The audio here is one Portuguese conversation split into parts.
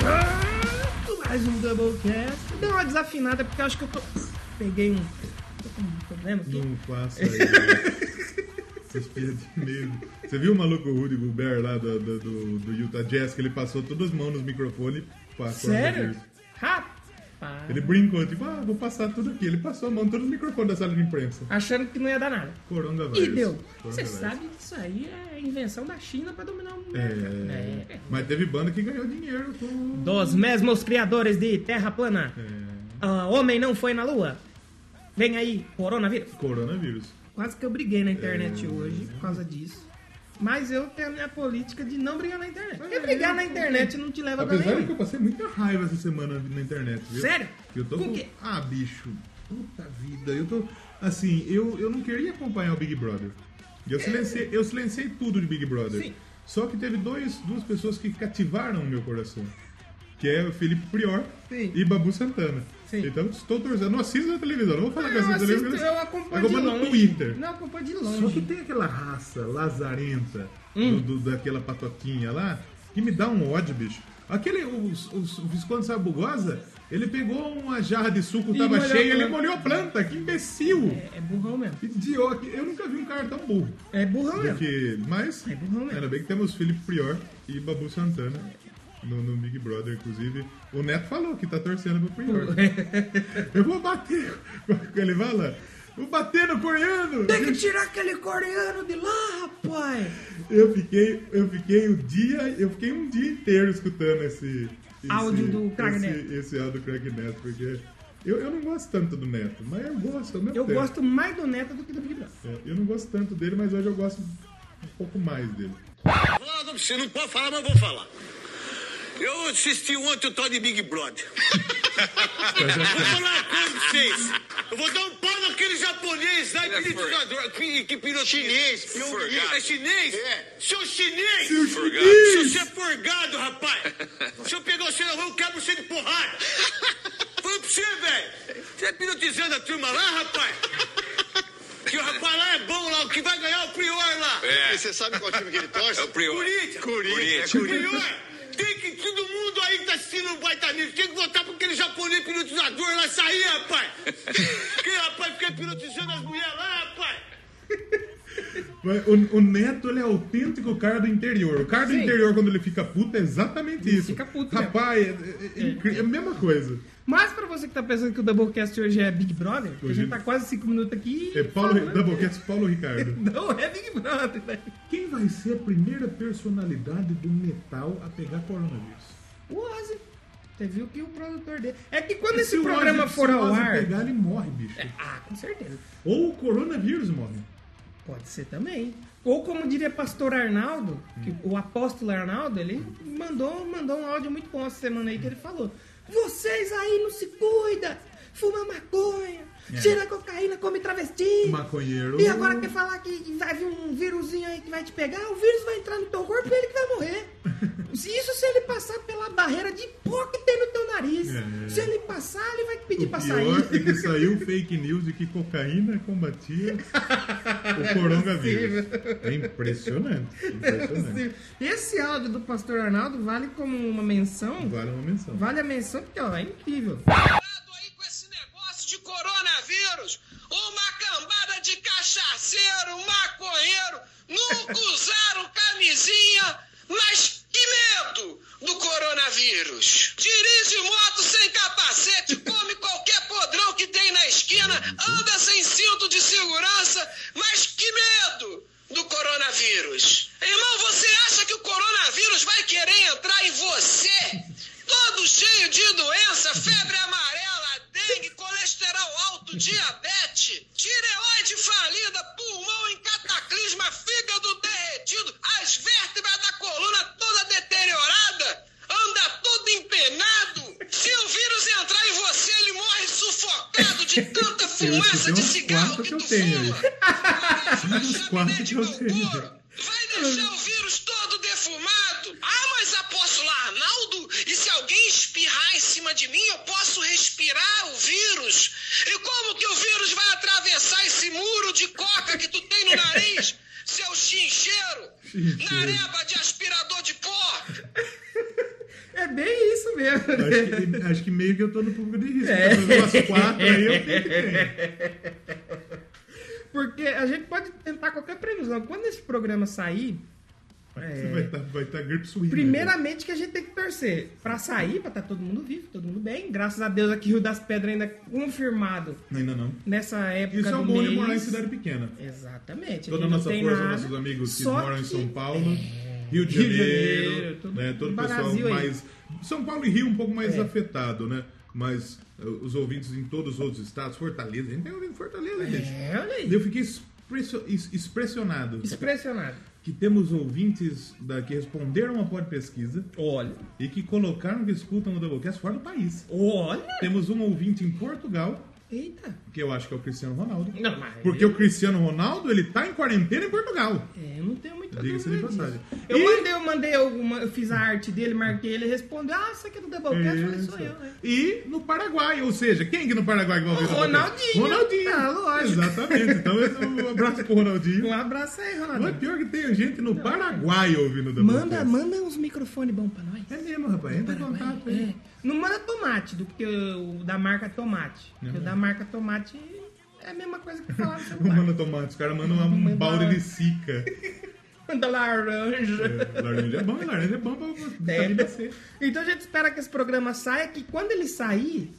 Começando mais um Doublecast. Deu uma desafinada porque eu acho que eu tô. Peguei um. Tô com um problema aqui. Não faça isso. Esses filhos de medo. Você viu o maluco Rudy Gobert lá do, do, do, do Utah Jazz que ele passou todas as mãos nos microfones pra Sério? coronavírus? Rapaz. Ele brincou, tipo, ah, vou passar tudo aqui. Ele passou a mão em todos os microfones da sala de imprensa. Achando que não ia dar nada. Coronavírus. E deu. Você Coronavírus. sabe que isso aí é invenção da China pra dominar o mundo. É, É. Mas teve banda que ganhou dinheiro com. Dos mesmos criadores de Terra Plana. É, Ah, homem não foi na Lua. Vem aí, coronavírus. coronavírus. Quase que eu briguei na internet hoje por causa disso. Mas eu tenho a minha política de não brigar na internet. Porque brigar na internet não te leva pra Apesar de Tá que nenhum. eu passei muita raiva essa semana na internet, viu? Sério? Eu tô Com com... o quê? Ah, bicho, puta vida. Eu tô. Assim, eu, eu não queria acompanhar o Big Brother. E Eu silenciei, eu silenciei tudo de Big Brother. É. Sim. Só que teve dois, duas pessoas que cativaram o meu coração. Que é o Felipe Prior Sim. e Babu Santana. Sim. Então estou torcendo. Eu não assisto na televisão, não vou falar Tá que eu Eu, assisto na assisto, televisão. assim, eu, porque acompanho eu um de acompanho longe. no Twitter. Não, eu acompanho de Só que longe. tem aquela raça lazarenta Hum. do- do- daquela patoquinha lá que me dá um ódio, bicho. Aquele, o, o, o Visconde Sabugosa, ele pegou uma jarra de suco, E tava molhou a cheia, ele planta. molhou a planta. Que imbecil! É, é burrão mesmo. Idiota. Eu nunca vi um cara tão burro. É burrão do mesmo. que- mas, É burrão mesmo. ainda bem que temos Felipe Prior e Babu Santana. No, no Big Brother, inclusive, o Neto falou que tá torcendo pro Prior. Eu vou bater. é Ele fala, vou bater no coreano. Tem que tirar aquele coreano de lá, rapaz. Eu fiquei, eu fiquei o dia, eu fiquei um dia inteiro escutando esse, esse- Áudio do Craig esse, Neto. esse áudio do Craig Neto, porque eu, eu não gosto tanto do Neto, mas eu gosto ao mesmo Eu tempo. gosto mais do Neto do que do Big Brother. É, eu não gosto tanto dele, mas hoje eu gosto um pouco mais dele. Ronaldo, você não pode falar, mas eu vou falar. Eu assisti ontem o tal de Big Brother. vou falar uma coisa pra vocês. Eu vou dar um pau naquele japonês lá, hipnotizador, que, que pilotou. é Chinês, É chinês? É. Seu chinês! Seu Se você é forgado, rapaz! Se eu pegar você na rua, eu quebro você de porrada! Falei pra você, velho! Você é pilotizando a turma lá, rapaz? Que o rapaz lá é bom lá, o que vai ganhar é o prior lá! É. Você sabe qual time que ele torce? É o Corinthians. Corinthians. Corinthians. Tem que todo mundo aí que tá assistindo vai estar nisso. Tem que votar pra aquele japonês pilotizador lá sair, rapaz. que rapaz fica pilotizando as mulheres lá, rapaz. Mas O, o Neto, ele é autêntico cara do interior. O cara do Sim. interior, quando ele fica puto, é exatamente isso. fica puto né? mesmo. Rapaz, é, é- é incri- é a mesma coisa. Mas pra você que tá pensando que o Doublecast hoje é Big Brother, que a Hoje- gente tá quase 5 minutos aqui. É Paulo, falando- Doublecast Paulo Ricardo. Não é Big Brother, velho. Quem vai ser a primeira personalidade do metal a pegar coronavírus? O Ozzy. Você viu que o produtor dele. É que quando Se esse o programa Ozzy- for se o ao Ozzy ar. pegar, ele morre, bicho. Ah, com certeza. Ou o coronavírus morre. Pode ser também. Ou como diria pastor Arnaldo, que Hum. o apóstolo Arnaldo, ele mandou, mandou um áudio muito bom essa semana aí que ele falou. Vocês aí não se cuida! Fuma maconha! É. Tira cocaína, come travesti! Maconheiro. E agora quer falar que é vai vir um vírusinho aí que vai te pegar, o vírus vai entrar no teu corpo e ele que vai morrer. Se Isso se ele passar pela barreira de pó que tem no teu nariz. É. Se ele passar, ele vai te O pedir pra pior é sair. que saiu fake news de que cocaína combatia o coronavírus. É impressionante. Impressionante. Esse áudio do pastor Arnaldo vale como uma menção. Vale uma menção. Vale a menção porque ó, é incrível. preocupado aí com esse negócio de coronavírus. Uma cambada de cachaceiro, maconheiro, nunca usaram camisinha, mas que medo do coronavírus. Dirige moto sem capacete, come qualquer podrão que tem na esquina, anda sem cinto de segurança, mas que medo do coronavírus. Irmão, você acha que o coronavírus vai querer entrar em você? Todo cheio de doença, febre amarela, dengue, colesterol alto, diabetes, tireoide falida, pulmão em cataclisma, fígado derretido, as vértebras da coluna toda deteriorada, anda todo empenado. Se o vírus entrar em você, ele morre sufocado de tanta fumaça tem de uns cigarro quatro que que eu tu tenho fuma. Mas uns a quatro chaminé de que eu tenho. Malboro Vai deixar o vírus todo defumado. Ah, mas apóstolo Arnaldo, e se alguém espirrar em cima de mim, eu posso respirar o vírus? E como que o vírus vai atravessar esse muro de coca minhoca que tu tem no nariz, seu chincheiro, nareba de aspirador de pó. É bem isso mesmo. Acho que, acho que meio que eu tô no público de risco. É. umas quatro aí, eu tenho que ter. Porque a gente pode tentar qualquer previsão. Quando esse programa sair, Você É. vai estar vai tá grip suíno. primeiramente que a gente tem que torcer pra sair, pra estar todo mundo vivo, todo mundo bem. Graças a Deus aqui Rio das Pedras ainda confirmado né? Ainda não. nessa época Isso é do o bom de mês. morar em cidade pequena. Exatamente. Toda a aqui não nossa tem força, nada. nossos amigos que Só moram em que- é. São Paulo, Rio de Rio de Janeiro, Janeiro, todo- né, todo o todo pessoal Brasil aí. mais. São Paulo e Rio um pouco mais É. afetado, né? Mas eh, os ouvintes em todos os outros estados, Fortaleza, a gente tem ouvido em Fortaleza, gente. É, olha aí. Eu fiquei expressio- is- expressionado Expressionado. que temos ouvintes da, que responderam a pod pesquisa Olha. e que colocaram que escutam o Doublecast fora do país. Olha. Temos um ouvinte em Portugal, Eita. que eu acho que é o Cristiano Ronaldo. Não, mas Porque o Cristiano Ronaldo, ele tá em quarentena em Portugal. É, eu não tenho muita Diga-se de dúvida disso. passagem. Eu E- mandei, eu mandei alguma, eu fiz a arte dele, marquei ele respondeu, ah, isso aqui é do Doublecast, eu falei, sou eu, né? E no Paraguai, ou seja, quem é que no Paraguai que vai O ouvir o Doublecast? Ronaldinho. Ronaldinho. Ah, lógico. Exatamente. Então, esse é um abraço pro Ronaldinho. Um abraço aí, Não é Ronaldo. pior que tem gente no Paraguai ouvindo o Doublecast. Manda, manda uns microfones bons pra nós. É mesmo, rapaz. Entra em contato aí. É. Não manda tomate, do que o da marca tomate. Porque o da marca tomate é a mesma coisa que falar no Não celular. manda tomate. Os caras mandam um É. Manda- balde de sica. Manda laranja. É, laranja é bom, laranja é bom pra vitamina É. C. Então a gente espera que esse programa saia, que quando ele sair.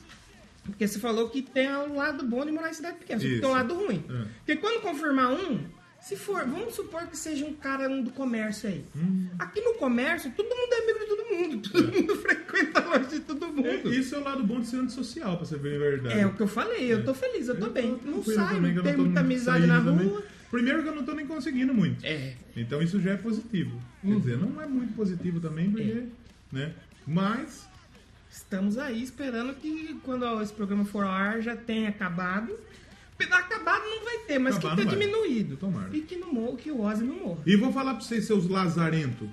Porque você falou que tem um lado bom de morar em cidade pequena, só que Isso. tem um lado ruim. É. Porque quando confirmar um, se for, vamos supor que seja um cara um do comércio aí. Hum. Aqui no comércio, todo mundo é amigo de todo mundo, todo mundo frequenta a loja de todo É, mundo. Isso é o lado bom de ser antissocial, pra você ver a verdade. É, o que eu falei, eu tô feliz, eu tô bem. Não Tranquilo saio, também, não que eu tenho tô muita muito amizade na saindo também. rua. Primeiro que eu não tô nem conseguindo muito. É. Então isso já é positivo. Hum. Quer dizer, não é muito positivo também, É. porque. Né? Mas. Estamos aí esperando que quando esse programa for ao ar já tenha acabado. tá Acabado não vai ter, mas Acabar que não tenha vai. diminuído. Tomara. E que, não morra, que o Ozzy não morra. E vou falar pra vocês, seus lazarento.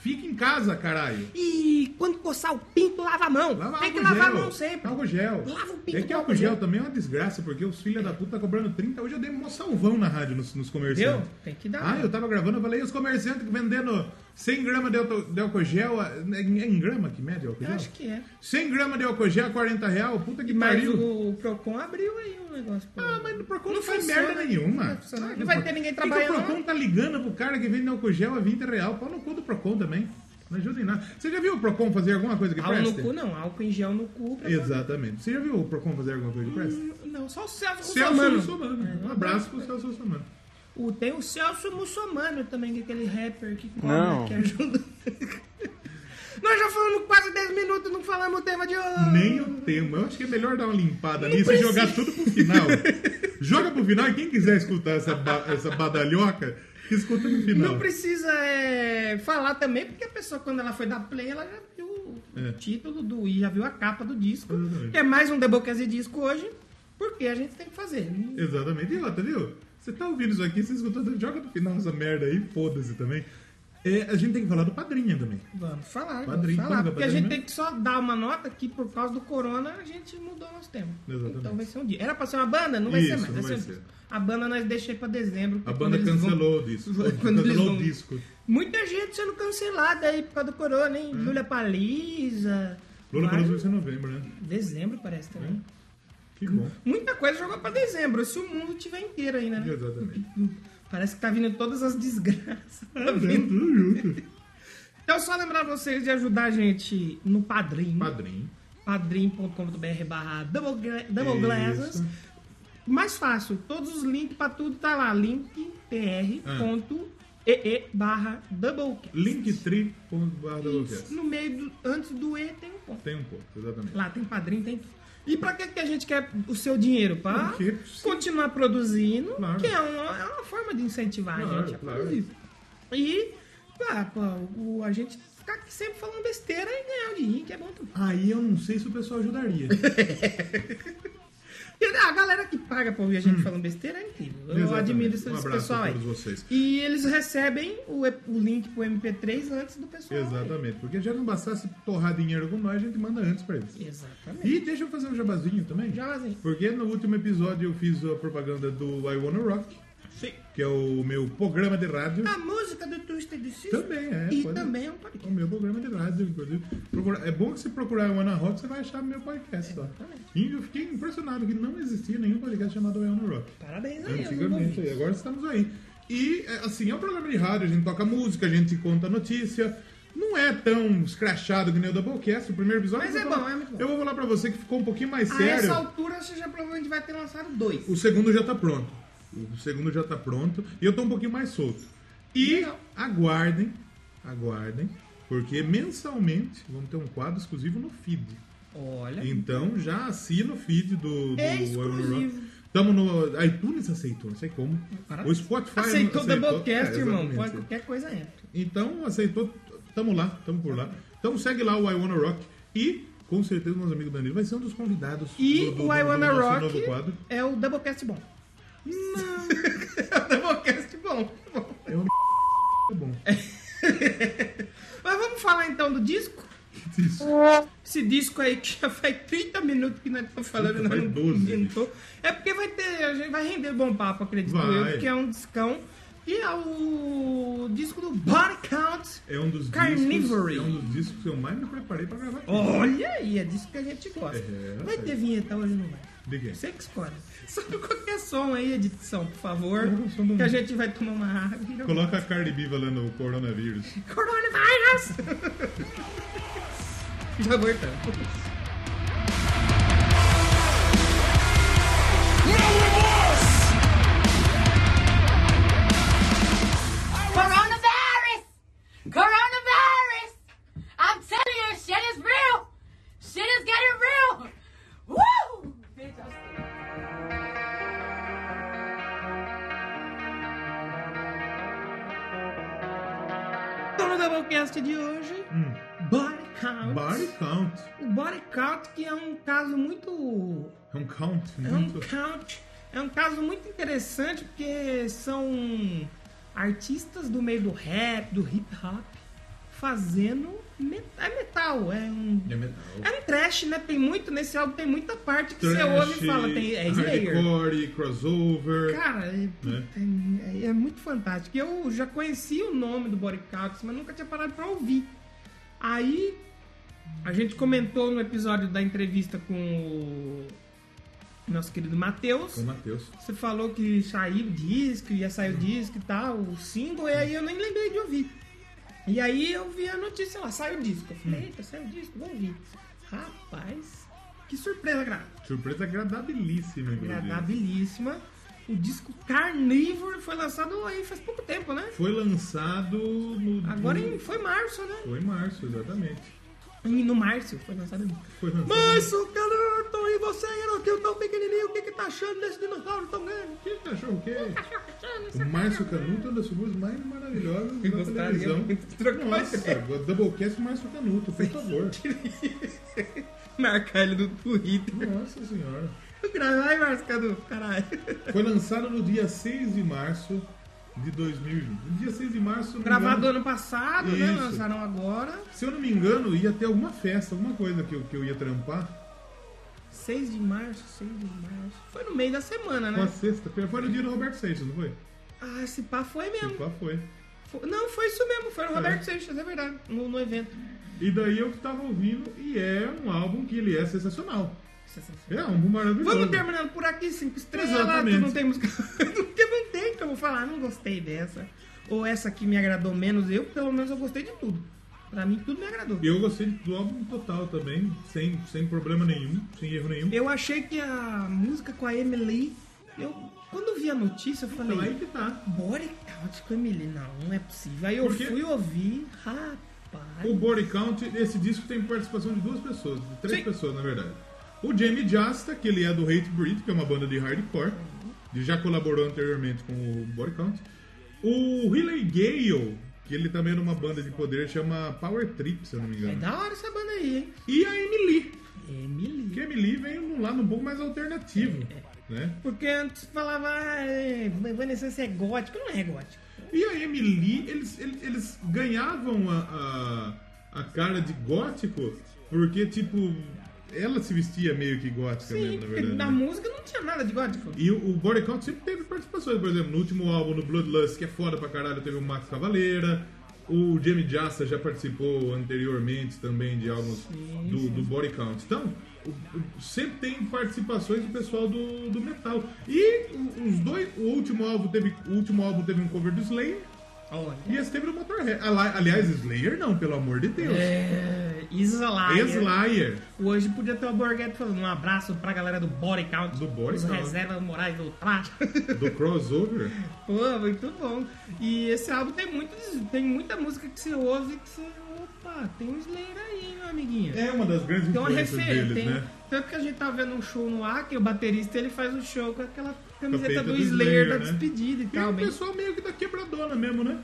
Fique em casa, caralho. E quando coçar o pinto, lava a mão. Lava Tem que álcool lavar a gel. mão sempre. Álcool gel. Lava o pinto é que com álcool álcool gel gel. também é uma desgraça, porque os filhos da puta tá cobrando 30. Hoje eu dei mó salvão na rádio nos, nos comerciantes. Deu? Tem que dar. Ah, eu tava gravando, eu falei, e os comerciantes vendendo 100 gramas de, auto- de álcool gel. a- É em é em grama que mede álcool Eu gel? acho que é. 100 gramas de álcool gel, 40 real, puta que Mas pariu. o Procon abriu aí o negócio. pro- Ah, mas o Procon não faz funciona. merda nenhuma. funciona. Sabe, Não vai pô? ter ninguém Por que trabalhando. que o Procon tá ligando pro cara que vende álcool gel a 20 real. Pau no cu do Procon também. Não ajuda em nada. Você já viu o Procon fazer alguma coisa que Álcool preste? no cu não, álcool em gel no cu. pra- Exatamente. Você já viu o Procon fazer alguma coisa que preste? Hum, Não, só o Celso Celso Russomano. Russomano. É, Um abraço pro Celso Russomano. O, tem o Celso Muçulmano também, que é aquele rapper que cobra, Não. que ajuda. Nós já falamos quase 10 minutos, não falamos o tema de hoje. Nem o tema. Eu acho que é melhor dar uma limpada Não nisso e precisa. jogar tudo pro final. Joga pro final e quem quiser escutar essa, ba- essa badalhoca, escuta no final. Não precisa é, falar também, porque a pessoa, quando ela foi dar play, ela já viu É. o título do e já viu a capa do disco. Exatamente. Que é mais um Debocast de disco hoje, porque a gente tem que fazer. Exatamente. E outra, viu? Você tá ouvindo isso aqui, você escutou, joga no final essa merda aí, foda-se também. É, a gente tem que falar do padrinho também. Vamos falar, Padrinho, vamos como falar. que Porque é a padrinho gente mesmo? tem que só dar uma nota que por causa do corona a gente mudou nosso tema. Exatamente. Então vai ser um dia. Era pra ser uma banda? Não vai ser Isso, mais. não vai vai ser um ser. disco. A banda nós deixei pra dezembro. A porque banda quando eles vão- cancelou o disco. quando eles Cancelou vão- o disco. Muita gente sendo cancelada aí por causa do corona, hein? Júlia Paliza. É. Lula vários- Palusa vai ser É. em novembro, né? Dezembro parece também. Que bom. Muita coisa jogou pra dezembro, se o mundo tiver inteiro ainda, né? Exatamente. Parece que tá vindo todas as desgraças. Tá vendo tudo junto. Então só lembrar vocês de ajudar a gente no Padrim. Padrinho. padrim.com.br barra double gla- double glasses. Isso. Mais fácil, todos os links pra tudo tá lá. linktr.ee barra double glasses. Linktree. Isso, No meio, do, antes do E tem um ponto. Tem um pouco, exatamente. Lá tem padrinho, tem tudo. E pra que, que a gente quer o seu dinheiro? Pra Porque precisa. continuar produzindo, Claro. que é uma, é uma forma de incentivar a Claro, gente é a claro. produzir. E pá, pá, o- a gente ficar aqui sempre falando besteira e ganhar um dinheirinho, que é bom também. Aí eu não sei se o pessoal ajudaria. E né, a galera que paga pra ouvir a gente falando besteira é incrível. Eu Hum. Exatamente. admiro esse, Um esse abraço pessoal a aí. todos vocês. E eles recebem o, e- o link pro MP3 antes do pessoal. Exatamente. Porque já não bastasse torrar dinheiro com nós, a gente manda antes pra eles. Exatamente. E deixa eu fazer um jabazinho também. Jabazinho. Porque no último episódio eu fiz a propaganda do I Wanna Rock. Sim. que é o meu programa de rádio. A música do Twisted Sister. Também é. E pode- também é um É O podcast. meu programa de rádio, inclusive. Procura- É bom que você procurar o Ana Rock, você vai achar meu podcast lá. E eu fiquei impressionado que não existia nenhum podcast chamado Ana Rock. Parabéns aí, Ah, eu não Antigamente, é, aí. agora estamos aí. E, é, assim, é um programa de rádio, a gente toca música, a gente conta notícia. Não é tão escrachado que nem o Doublecast, o primeiro episódio. Mas eu vou é falar- bom, é muito bom. Ah, é Eu vou falar pra você que ficou um pouquinho mais A sério. essa altura você já provavelmente vai ter lançado dois. O segundo já tá pronto. O segundo já tá pronto. E eu tô um pouquinho mais solto. E aguardem, aguardem, porque mensalmente vamos ter um quadro exclusivo no feed. Olha. Então já assina o feed do, do É exclusivo. Estamos no iTunes aceitou, não sei como. Parabéns. O Spotify Aceitou o tá Doublecast, É, irmão. exatamente. Pode, qualquer coisa entra. Então aceitou, tamo lá, tamo por lá. Então segue lá o I Wanna Rock e com certeza o nosso amigo Danilo vai ser um dos convidados E do, do, o do- I do Wanna nosso Rock novo quadro. é o Doublecast bom. Não. é o Doublecast bom. É um é bom. Mas vamos falar então do disco? É Isso. Esse disco aí que já faz 30 minutos que nós estamos falando, Puta, nós faz não 12, comentou. É porque vai ter, a gente vai render bom papo, acredito Vai. eu, porque é um discão. E é o disco do Body Count. É um dos Carnivory. discos. É um dos discos que eu mais me preparei pra gravar. aqui. Olha aí, é disso que a gente gosta. É, vai é. ter vinheta hoje, não vai? De quem? Você que escolhe. Só qualquer som aí, edição, por favor. Eu não sou do Que a mundo. gente vai tomar uma água. e eu- Coloca a Cardi B lá no coronavírus. Coronavirus! Já voltamos. Coronavirus! Coronavirus! I'm telling you, shit is real! Shit is getting real! Woo! Bitch, I'm scared. Então, no Doublecast de hoje, Body Count. Hum. Body Count. O Body Count, que é um caso muito. É um count É um muito. count. É um caso muito interessante porque são artistas do meio do rap, do hip hop, fazendo. met- É metal, é um. É metal. É um trash, né? Tem muito, nesse álbum tem muita parte que você ouve e fala, tem, é Slayer. hardcore, crossover. Cara, é, é- é muito fantástico. Eu já conhecia o nome do Body Couch, mas nunca tinha parado pra ouvir. Aí a gente comentou no episódio da entrevista com o nosso querido Matheus. Com o Matheus. Uhum. Você falou que saiu o disco, ia sair o disco e tal, o single, e aí eu nem lembrei de ouvir. E aí eu vi a notícia lá, saiu o disco. Eu Hum. falei, eita, saiu o disco, vou ouvir. Rapaz, que surpresa, grata. Surpresa agradabilíssima, inclusive. Agradabilíssima. O disco Carnívoro foi lançado aí faz pouco tempo, né? Foi lançado no. Agora no- em, foi março, né? Foi em março, exatamente. Em- no março foi lançado. em- Foi lançado. Março, Canarton, e você, Iroquil, tão pequenininho, o que que tá achando desse dinossauro tão grande? Que cachorro que é? O Márcio Canuto é uma das figuras mais maravilhosas Eu da gostaria televisão. muito de trocar uma Nossa, Doublecast Márcio Canuto, por favor. Marcar ele no Twitter. Nossa senhora. Vai, Márcio, Cadu, caralho. Foi lançado no dia 6 de março de 2020. No dia 6 de março. se eu não me Gravado engano- ano passado, né? Isso. Lançaram agora. Se eu não me engano, ia ter alguma festa, alguma coisa que eu, que eu ia trampar. 6 de março, 6 de março. Foi no meio da semana, Com a né? sexta-feira. Foi no dia do Roberto Seixas, não foi? Ah, esse pá foi mesmo. Qual foi? Foi- Não, foi isso mesmo. Foi o Roberto Seixas, é verdade. No, no evento. E daí eu tava ouvindo e é um álbum que ele é sensacional. Sensacional. É um álbum maravilhoso. Vamos terminando por aqui, cinco estrelas. Exatamente. que Não tem música. Porque não tem como falar, não gostei dessa. Ou essa aqui me agradou menos. Eu, pelo menos, eu gostei de tudo. Pra mim, tudo me agradou. Eu gostei do álbum total também, sem, sem problema nenhum, sem erro nenhum. Eu achei que a música com a Emily. Eu, quando eu vi a notícia, eu falei. Então aí que tá. Body Count com a Emily. Não, não é possível. Aí eu Por quê? fui ouvir. Rapaz. O Body Count, esse disco tem participação de duas pessoas, de três Sim. pessoas na verdade. O Jamie Jasta, que ele é do Hate Breed, que é uma banda de hardcore, Uhum. que já colaborou anteriormente com o Body Count. O Riley Gale, que ele também é numa banda de poder, chama Power Trip, se eu não me É engano. da hora essa banda aí, hein? E a Emily, Emily. que a Emily veio num lado um pouco mais alternativo, É. né? Porque antes falava, ah, é, Evanescence é gótico, não é gótico. E a Emily, eles, eles, eles ganhavam a, a, a cara de gótico porque, tipo, Ela se vestia meio que gótica Sim, mesmo, na verdade. na né? música não tinha nada de gótico. E o, o Body Count sempre teve participações, por exemplo, no último álbum, no Bloodlust, que é foda pra caralho, teve o Max Cavaleira, o Jamie Jassa já participou anteriormente também de álbuns do, do Body Count. Então, o- o- sempre tem participações do pessoal do, do metal. E o- os dois, o último álbum teve, o último álbum teve um cover do Slayer Olha. e esse teve do Motorhead. Ali- Aliás, Slayer não, pelo amor de Deus. É, Slayer. Slayer. Hoje podia ter o Borghetti falando um abraço pra galera do Body Count. Do Body os Count. reservas morais do Trash. Do crossover. Pô, muito bom. E esse álbum tem, muito, tem muita música que você ouve que você... Opa, tem um Slayer aí, meu amiguinho. É uma das grandes Tem uma influências referência. deles, Tem... né? Tanto que a gente tá vendo um show no ar, que o baterista ele faz um show com aquela camiseta Capeta do, do Slayer, Slayer, da né? despedida e E tal. o bem- pessoal meio que da quebradona mesmo, né?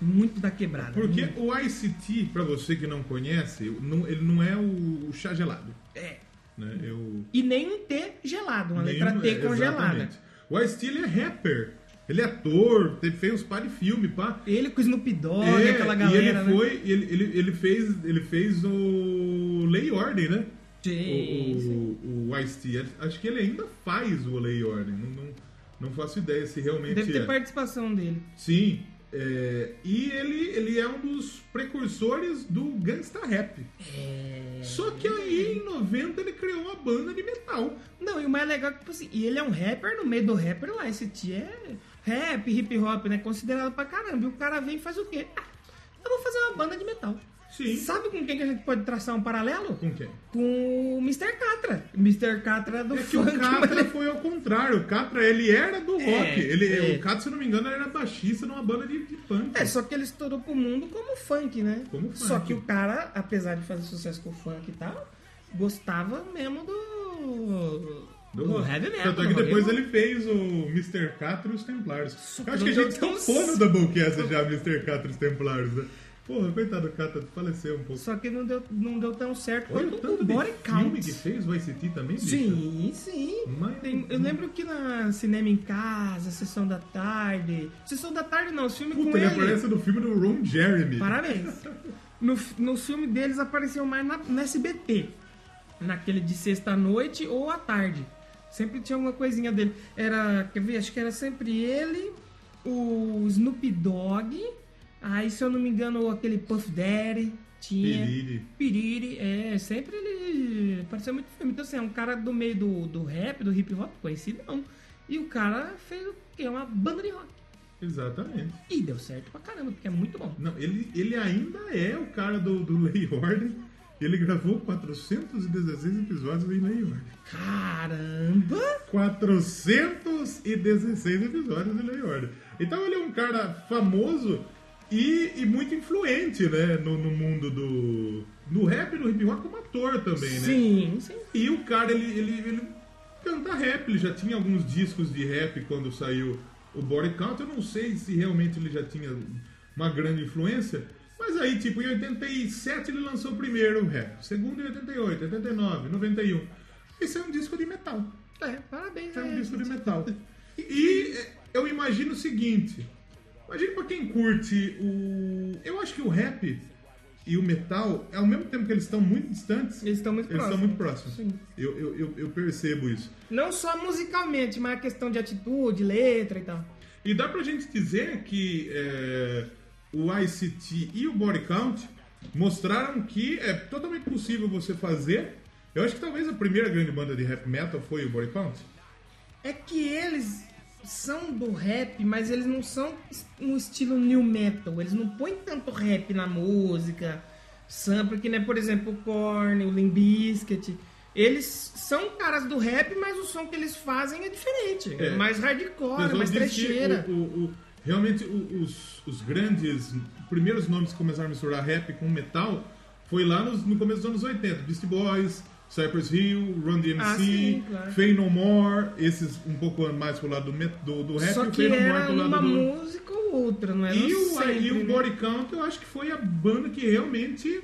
Muito da quebrada. Porque muito. o ICT, pra você que não conhece, não- ele não é o, o chá gelado. É. Né? Eu, é, E nem um T gelado, uma um letra T congelada. O ICT ele é rapper, ele é ator, te- fez uns par de filme, pá. Ele com o Snoop Dogg, É, aquela e ele galera, né? foi, ele, ele, ele fez, ele fez o Lei e Ordem, né? Sim, sim. O, o, o Ice-T, acho que ele ainda faz o Lei e Ordem, não, não, não faço ideia se realmente Deve é. ter participação dele. Sim. é, e ele, ele é um dos precursores do gangsta rap. É. Só que aí em 90 ele criou uma banda de metal. Não, e o mais legal é que, tipo assim, e ele é um rapper no meio do rapper lá. Esse tio é rap, hip hop, né? Considerado pra caramba. E o cara vem e faz o quê? Ah, eu vou fazer uma banda de metal. Sim. Sabe com quem que a gente pode traçar um paralelo? Com quem? Com o Mr. Catra. Mr. Catra do É que o funk, mas Catra ele- foi ao contrário. O Catra ele era do É, rock. Ele, é. O Catra, se eu não me engano, era baixista numa banda de, de punk. É, só que ele estourou pro mundo como funk, né? Como Só funk. que o cara, apesar de fazer sucesso com o funk e tal, gostava mesmo do. do, heavy metal. Tanto é do que rock depois and roll. ele fez o Mr. Catra e os Templários. Eu acho que a não gente é deu tão tampou no certo. Doublecast já, Mr. Catra e os Templários. Né? Porra, coitado do Catra, faleceu um pouco. Só que não deu, não deu tão certo Olha o quanto o tanto de Body filme que Count. fez o ICT também, bicho. Sim, sim. Mas- Tem- eu lembro que na Cinema em Casa, Sessão da Tarde. Sessão da Tarde não, os filmes com Puta, ele ele. aparece no filme do Ron Jeremy. Parabéns. No, no filme deles apareceu mais na, no SBT. Naquele de sexta-noite ou à tarde. Sempre tinha alguma coisinha dele. Era, quer ver? Acho que era sempre ele, o Snoop Dogg. Aí, se eu não me engano, aquele Puff Daddy. Tinha. Piriri. Piriri, é, sempre ele parecia muito filme. Então, assim, é um cara do meio do, do rap, do hip hop, conhecido não. E o cara fez o quê? Uma banda de rock. Exatamente. E deu certo pra caramba, porque é muito bom. Não, ele, ele ainda é o cara do, do Lei e Ordem. Ele gravou 416 episódios em Lei e Ordem. Caramba! 416 episódios de Lei e Ordem. Então ele é um cara famoso e, e muito influente, né? No, no mundo do, do rap e do hip hop como ator também, né? Sim, sim. E o cara, ele, ele, ele canta rap, ele já tinha alguns discos de rap quando saiu o Body Count. Eu não sei se realmente ele já tinha uma grande influência, mas aí, tipo, em 87 ele lançou o primeiro rap, o segundo em 88, 89, 91. Isso é um disco de metal. É, parabéns. Isso é um né? disco de metal. E é, eu imagino o seguinte: imagina pra quem curte o. Eu acho que o rap e o metal, ao mesmo tempo que eles estão muito distantes, Eles estão muito eles estão próximos. muito próximos. Sim. Eu, eu, eu, eu percebo isso. Não só musicalmente, mas a questão de atitude, letra e tal. E dá pra gente dizer que é, o ICT e o Body Count mostraram que é totalmente possível você fazer. Eu acho que talvez a primeira grande banda de rap metal foi o Body Count. É que eles são do rap, mas eles não são um estilo new metal. Eles não põem tanto rap na música, sample, que né, por exemplo, o Korn, o Limp Bizkit. Eles são caras do rap, mas o som que eles fazem é diferente. É, É. mais hardcore, Mas é mais eu disse que trecheira. o- o- o- realmente o- os, os grandes primeiros nomes que começaram a misturar rap com metal foi lá nos- no começo dos anos 80. Beastie Boys, Cypress Hill, Run DMC, Ah, sim, claro. Faye No More, esses um pouco mais pro lado do, met- do, do rap Só e né? o que Faye No More era pro lado uma do... música ou outra, não era E o, sempre, e o né? Body Count eu acho que foi a banda que realmente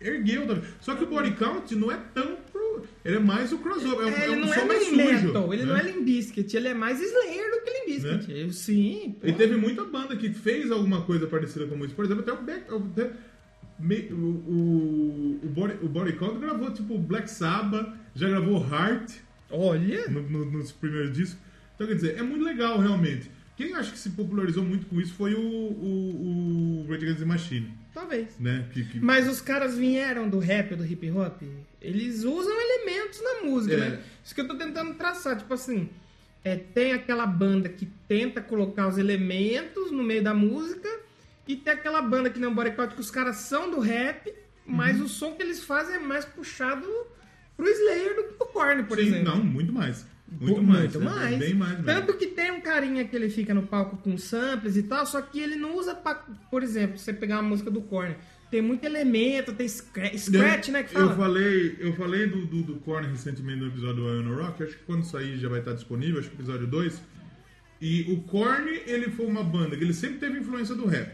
ergueu. também. Só que o Body Count não é tão pro... Ele é mais o crossover, é, um, É, é ele um não som é mais Limp sujo. Metal, ele não né? é Limp Bizkit, ele é mais Slayer do que Limp Bizkit. Eu sim. pô. E teve muita banda que fez alguma coisa parecida com isso. Por exemplo, até o Back. até- me- o, o, o, Body, o Body Count gravou tipo Black Sabbath, já gravou Heart Olha! no- no- nos primeiros discos. Então, quer dizer, é muito legal realmente. Quem eu acho que se popularizou muito com isso foi o, o, o Rage Against the Machine, Talvez. né? Que, que- Mas os caras vieram do rap, do hip hop, eles usam elementos na música, É. né? Isso que eu tô tentando traçar, tipo assim, é, tem aquela banda que tenta colocar os elementos no meio da música e tem aquela banda que não boicote que os caras são do rap, mas Uhum. o som que eles fazem é mais puxado pro Slayer do que pro Korn, por Sim, exemplo. Não, muito mais. Muito Muito mais. mais. é Bem mais mesmo. Tanto que tem um carinha que ele fica no palco com samples e tal, só que ele não usa pra, por exemplo, você pegar uma música do Korn, tem muito elemento, tem scra- scratch, né, que Eu fala. falei, eu falei do, do, do Korn recentemente no episódio do Iron Rock, acho que quando sair já vai estar disponível, acho que episódio 2. E o Korn, ele foi uma banda que ele sempre teve influência do rap.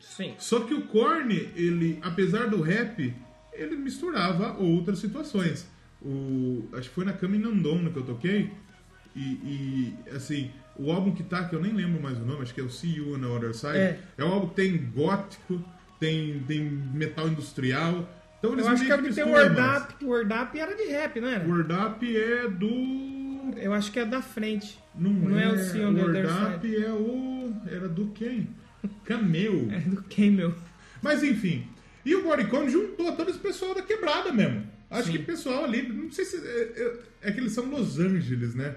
Sim. Só que o Korn, ele, apesar do rap, ele misturava outras situações. O, acho que foi na Cama em Nandona que eu toquei. E, e, assim, o álbum que tá, que eu nem lembro mais o nome, acho que é o See You on the Other Side. É, É. um álbum que tem gótico, tem, tem metal industrial. Então eles Eu acho que meio é o que tem o misturam Word mais. Up, que o Word Up era de rap, não era? Word Up é do. Eu acho que é da frente. Não, é, é, o See on the Word Other Side. Up é o. Era do quem? Camel. É do quem, meu? Mas enfim. E o Boricone juntou todo esse pessoal da quebrada mesmo. Acho que o pessoal ali, não sei se. É, é- é que eles são Los Angeles, né?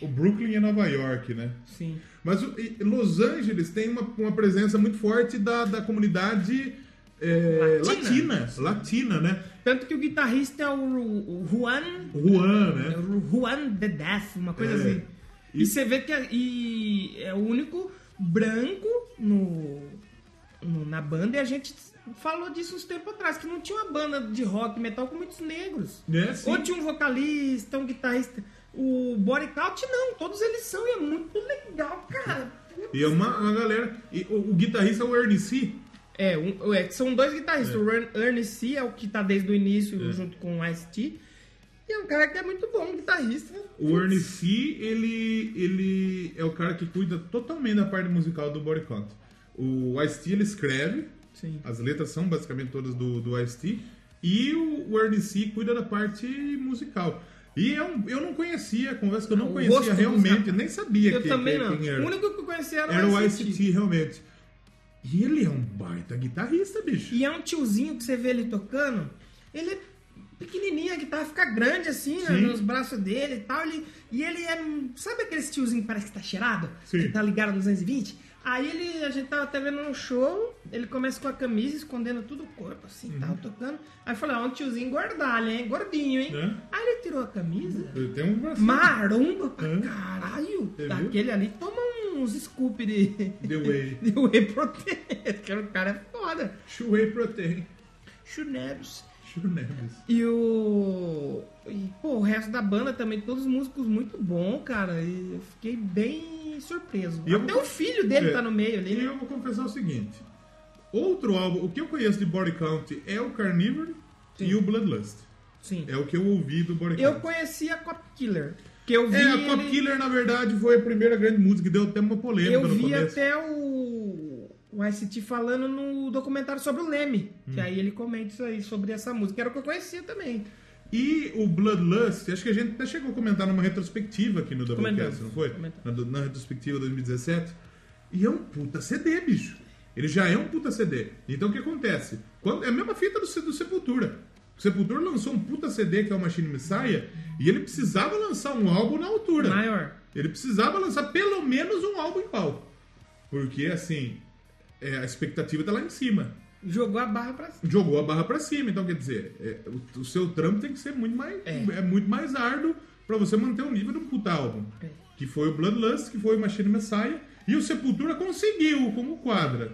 O Brooklyn é Nova York, né? Sim. Mas o- e- Los Angeles tem uma, uma presença muito forte da, da comunidade é, Latina. latina. Latina, né? Tanto que o guitarrista é o, Ru- o Juan, Juan, é né? o Juan the Death, uma coisa É. assim. E- E... você vê que é, e é o único branco no, no- na banda, e a gente falou disso uns tempos atrás, que não tinha uma banda de rock e metal com muitos negros. É, sim. Ou tinha um vocalista, um guitarrista. O Body Count, não, todos eles são, e é muito legal, cara. E é uma, uma galera. E o, o guitarrista é o Ernie C. É, um- é, são dois guitarristas. O Ern- Ernie C é o que tá desde o É. início, junto com o Ice-T. E é um cara que é muito bom, guitarrista. O Ernie C, ele, ele é o cara que cuida totalmente da parte musical do Body Count. O Ice-T, ele escreve. Sim. As letras são basicamente todas do, do Ice-T. E o, o Ernie C cuida da parte musical. E é um- eu não conhecia, confesso que eu não O conhecia rosto dos realmente, rapazes. nem sabia Eu que, também que- não. quem era. O único que eu conhecia era, Era o Ice-T. Ice-T, realmente. E ele é um baita guitarrista, bicho. E é um tiozinho que você vê ele tocando. Ele é pequenininho, a guitarra fica grande assim, né, Sim. nos braços dele e tal. Ele, e ele é. um- Sabe aquele tiozinho que parece que tá cheirado? Sim. Que tá ligado no 220? Aí ele, a gente tava até vendo um show, ele começa com a camisa, escondendo todo o corpo, assim, Uhum. tal, tocando. Aí eu falei, ó, um tiozinho guardalho, hein? Gordinho, hein? Né? Aí ele tirou a camisa, Ele tem um bracinho. maromba pra Hã? caralho. Hum? Você viu? Daquele ali toma uns scoop de. The Whey. de whey protein. Que o cara é foda. Shuei Protein. Chunebs. Chunebis. E o. E, pô, o resto da banda também, todos os músicos muito bom, cara. E eu fiquei bem surpreso. E eu- Até o filho dele É. tá no meio ali. E né? eu vou confessar o seguinte: outro álbum, o que eu conheço de Body Count é o Carnivore e o Bloodlust. Sim. É o que eu ouvi do Body Eu Count. conheci a Cop Killer. Que eu vi. É, a Cop ele- Killer, na verdade, foi a primeira grande música que deu até uma polêmica Eu no vi começo. até o. O ICT falando no documentário sobre o Leme. Hum. Que aí ele comenta isso aí, sobre essa música. Era o que eu conhecia também. E o Bloodlust, acho que a gente até chegou a comentar numa retrospectiva aqui no Doublecast, Comentamos, não foi? comentamos. Na, do- na retrospectiva 2017. E é um puta CD, bicho. Ele já é um puta CD. Então o que acontece? Quando, é a mesma fita do, Se- do Sepultura. O Sepultura lançou um puta CD que é o Machine Messiah e ele precisava lançar um álbum na altura. Maior. Ele precisava lançar pelo menos um álbum em pau. Porque, assim, é, a expectativa tá lá em cima Jogou a barra pra cima. jogou a barra pra cima. Então, quer dizer, é, o, o seu trampo tem que ser muito mais, é. É. muito mais árduo pra você manter o nível de um puta álbum. É. Que foi o Bloodlust, que foi o Machine Messiah, e o Sepultura conseguiu como quadra.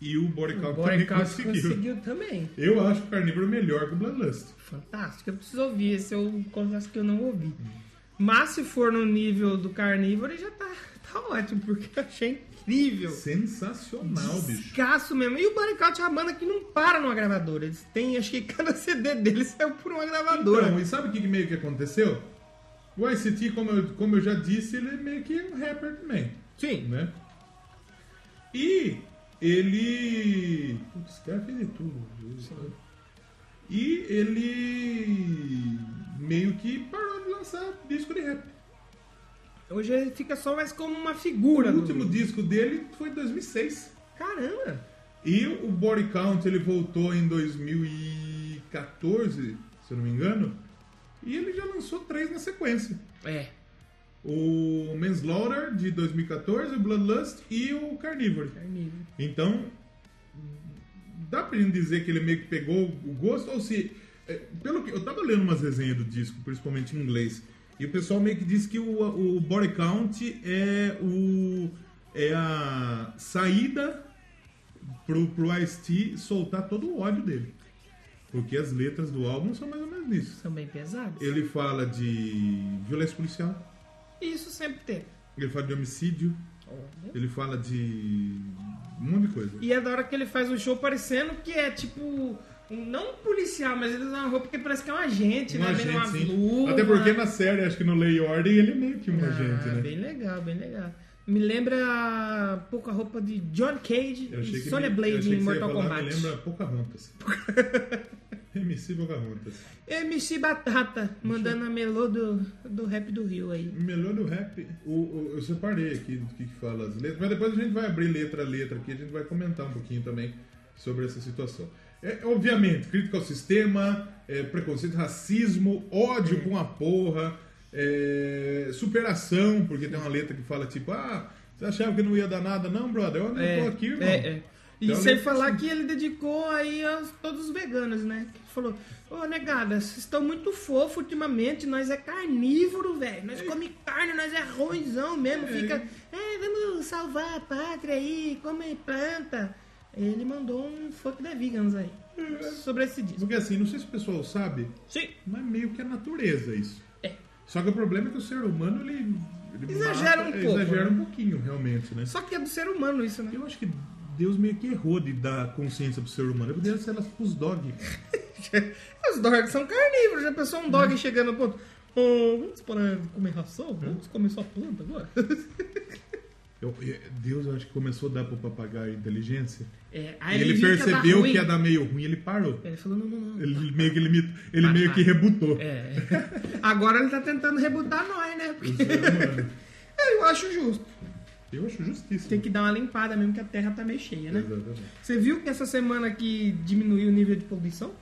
E o Body Count também Borecaut conseguiu. conseguiu também. Eu acho o Carnívoro melhor que o Bloodlust. Fantástico, eu preciso ouvir esse, eu confesso que eu não ouvi. Hum. Mas se for no nível do carnívoro, já tá, tá ótimo, porque eu achei incrível. Sensacional, é bicho. Escasso mesmo. E o Bodycount é uma banda que não para numa gravadora. Eles têm, acho que cada CD deles saiu por uma gravadora. Então, e sabe o que que meio que aconteceu? O ICT, como eu, como eu já disse, ele é meio que um rapper também. Sim. né? E Ele. Putz, esse cara fez de tudo. E ele. meio que parou de lançar disco de rap. Então Hoje ele fica só mais como uma figura. O do- último disco dele foi em 2006. Caramba! E o Body Count ele voltou em 2014, se eu não me engano. E ele já lançou três na sequência. É. O Manslaughter de 2014, o Bloodlust e o Carnivore. Carnívoro. Então, dá pra gente dizer que ele meio que pegou o gosto, ou se. é, Pelo que, eu tava lendo umas resenhas do disco, principalmente em inglês, e o pessoal meio que diz que o, o Body Count é, o, é a saída pro, pro Ice-T soltar todo o ódio dele. Porque as letras do álbum são mais ou menos isso. São bem pesados. Ele fala de violência policial, Isso sempre tem. ele fala de homicídio, ele fala de um monte de coisa. E é da hora que ele faz o show parecendo que é tipo. um- Não um policial, mas ele usa uma roupa que parece que é um agente, Um né? agente, Vendo umas sim. luvas. Até porque na série, acho que no Lei e Ordem, ele é meio que um Ah, agente, né? Bem legal, bem legal. Me lembra um pouco a roupa de John Cage Eu achei e que Sonya me- eu achei Blade que em você ia Mortal falar, Kombat. Me lembra Pocahontas. MC Pocahontas. MC Batata, mandando a melô do, do rap do Rio aí. Melhor do rap. O, o- eu separei aqui do que, que fala as letras, mas depois a gente vai abrir letra a letra aqui, a gente vai comentar um pouquinho também sobre essa situação. É, obviamente, crítica ao sistema, é, preconceito, racismo, ódio com a porra, é, superação, porque tem uma letra que fala tipo, ah, você achava que não ia dar nada? Não, brother, eu não tô aqui, irmão. é, é. E Então, sem ele- falar que ele dedicou aí a todos os veganos, né? Que falou, ô negada, vocês estão muito fofos ultimamente, nós é carnívoro, velho. Nós come carne, nós é ruimzão mesmo, fica. É, vamos salvar a pátria aí, come planta. Ele mandou um fuck da vegans aí. É. Sobre esse disco. Porque assim, não sei se o pessoal sabe, Sim. mas meio que é natureza isso. É. Só que o problema é que o ser humano, ele... ele Exagera um é, pouco, Exagera né? um pouquinho, realmente, né? Só que é do ser humano isso, né? Eu acho que Deus meio que errou de dar consciência pro ser humano. Eu poderia ser elas os dog. Os dogs são carnívoros, já pensou um Hum. dog chegando no ponto. "Ô, vamos parar de comer ração? Vamos comer só planta agora? Eu- eu- Deus, eu acho que começou a dar pro papagaio inteligência. É, E aí ele viu ia dar percebeu ruim. que ia dar meio ruim ele parou. Ele falou, não, não, não. Ele meio que, limita, ele Ah, meio que ah. rebutou. É. Agora ele tá tentando rebutar nós, né? O Porque... ser humano. É, Eu acho justo. Eu acho justíssimo. Tem que dar uma limpada mesmo, que a terra tá meio cheia, né? Exatamente. Você viu que essa semana aqui diminuiu o nível de poluição?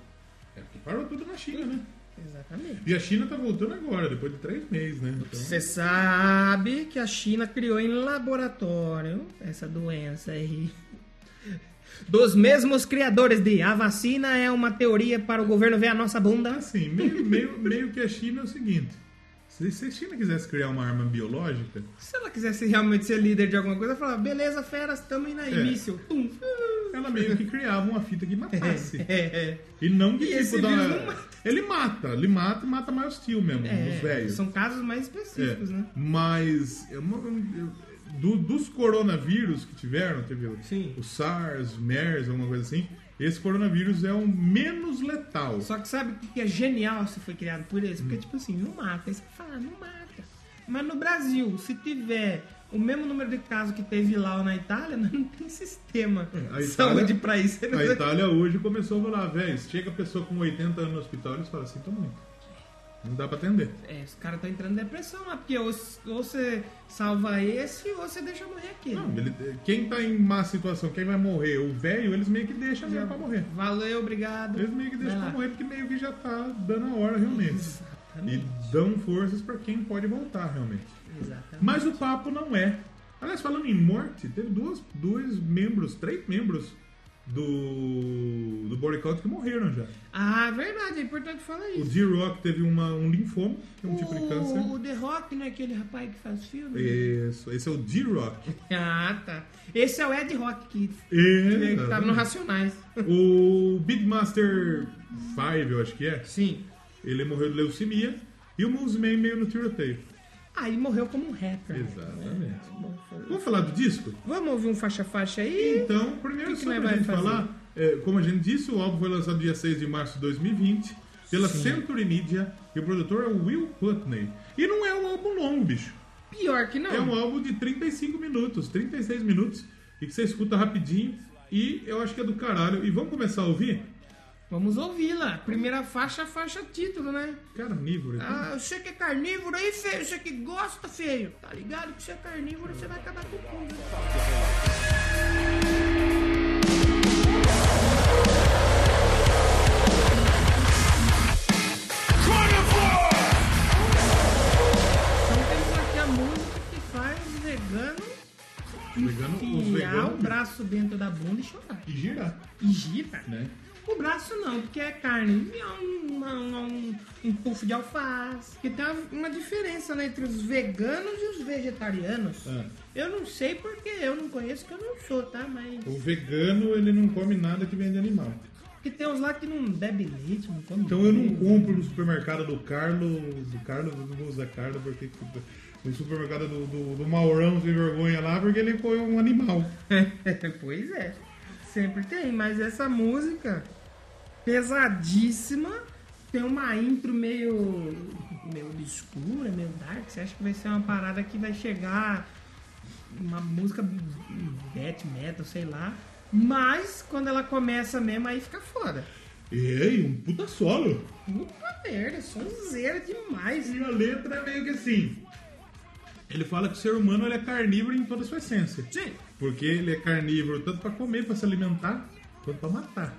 É porque parou tudo na China, né? Exatamente. E a China tá voltando agora, depois de três meses, né? Então, Você sabe que a China criou em laboratório essa doença aí. Dos mesmos criadores de a vacina é uma teoria para o governo ver a nossa bunda. assim, meio, meio, meio que a China é o seguinte. Se, se a China quisesse criar uma arma biológica, Se ela quisesse realmente ser líder de alguma coisa, ela falava, beleza, feras, tamo indo aí, É. míssil. Tum. ela meio que criava uma fita que matasse. É, é. E não que E esse tipo da. vírus não mata. Ele mata, ele mata e mata mais hostil mesmo, É, os velhos. São casos mais É, específicos, né? Mas eu não- eu- do- dos coronavírus que tiveram, teve o- Sim. o SARS, MERS, alguma coisa assim, esse coronavírus é o menos letal. Só que sabe o que que é genial se foi criado por eles? Porque, tipo assim, não mata. Aí você fala, não mata. Mas no Brasil, se tiver o mesmo número de casos que teve lá na Itália, não tem sistema É, a de Itália- saúde pra isso. né? A Itália hoje começou a falar, velho, chega a pessoa com 80 anos no hospital, eles falam, sinto muito. Não dá pra atender. É, os caras estão entrando em depressão lá, porque ou, ou você salva esse ou você deixa morrer aquele. Não, ele- quem tá em má situação, quem vai morrer, o velho, eles meio que deixam mesmo pra morrer. Valeu, obrigado. Eles meio que Vai deixam lá. pra morrer porque meio que já tá dando a hora realmente. E dão forças pra quem pode voltar realmente. Exatamente. Mas o papo não é. Aliás, falando em morte, teve duas, dois membros, três membros do, do Bodycount que morreram já. Ah, é verdade, é importante falar O isso. D-Rock teve uma, um linfoma, que é um tipo de O, câncer. o The Rock, né? Aquele rapaz que faz filme. Isso, esse é o D-Rock. Ah, tá. Esse é o Ed Rock que, né, que Exatamente. tava no Racionais. O Big Master 5, eu acho que é. Sim. Ele morreu de leucemia. E o Moonman meio no tiroteio. Aí morreu como um rapper. né? Exatamente. Vamos falar do disco? Vamos ouvir um faixa-faixa aí? Então, primeiro O que que sobre nós a gente vai fazer? falar, é, como a gente disse, o álbum foi lançado dia 6 de março de 2020 pela Century Media e o produtor é o Will Putney. E não é um álbum longo, bicho. Pior que não. É um álbum de 35 minutos, 36 minutos, e que você escuta rapidinho. E eu acho que é do caralho. E vamos começar a ouvir? Vamos ouvir lá. Primeira faixa, faixa título, né? Carnívoro. então. Ah, você que é carnívoro aí, feio. Você que gosta, feio. Tá ligado que você é carnívoro, você vai acabar com tudo. Então temos aqui a música que faz o vegano Vegano, os enfiar o veganos. braço dentro da bunda e chorar. E girar, E gira. né? O braço não, porque é carne. Miau, miau, miau, Um, um puff de alface. Que tem uma- uma diferença né, entre os veganos e os vegetarianos. Ah. Eu não sei porque eu não conheço, que eu não sou, tá? Mas. O vegano, ele não come nada que vem de animal. Porque tem uns lá que não bebe leite, não come. Então eu não leite. compro no supermercado do Carlos, do Carlos, eu não vou usar Carlos porque puta, no supermercado do, do, do Maurão sem vergonha lá, porque ele foi um animal. pois é. Sempre tem, mas essa música pesadíssima tem uma intro meio meio obscura, meio dark. Você acha que vai ser uma parada que vai chegar uma música death metal, sei lá. Mas quando ela começa mesmo, aí fica foda. Ei, um puta solo. Puta merda, sonzeira demais. E a letra é meio que assim. Ele fala que o ser humano ele é carnívoro em toda a sua essência. Sim. Porque ele é carnívoro tanto pra comer, pra se alimentar, quanto pra matar.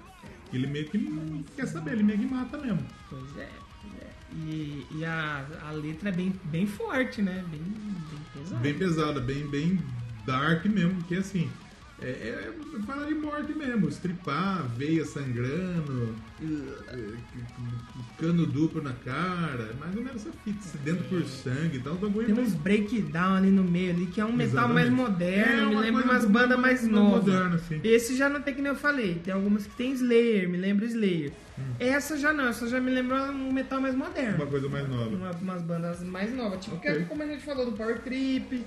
Ele meio que não quer saber, ele meio que mata mesmo. Pois é. pois é. E, e a, a letra é bem, bem forte, né? Bem, bem pesada. Bem pesada, bem, bem dark mesmo, porque assim, é, é, é falar de morte mesmo, estripar, veia sangrando, eh, cano duplo na cara, é mais ou menos essa fita, sedento por sangue e tal, então os bagulho Tem meio- uns breakdown ali no meio ali, que é um metal Exatamente. mais É, moderno, me uma lembra coisa umas um pouco bandas mais mais moderna, novas. assim. Esse já não tem que nem eu falei, tem algumas que tem Slayer, me lembra Slayer. Hum. Essa já não, essa já me lembra um metal mais uma moderno. coisa mais nova. Uma- umas bandas mais novas, tipo, Ok. que- como a gente falou do Power Trip, um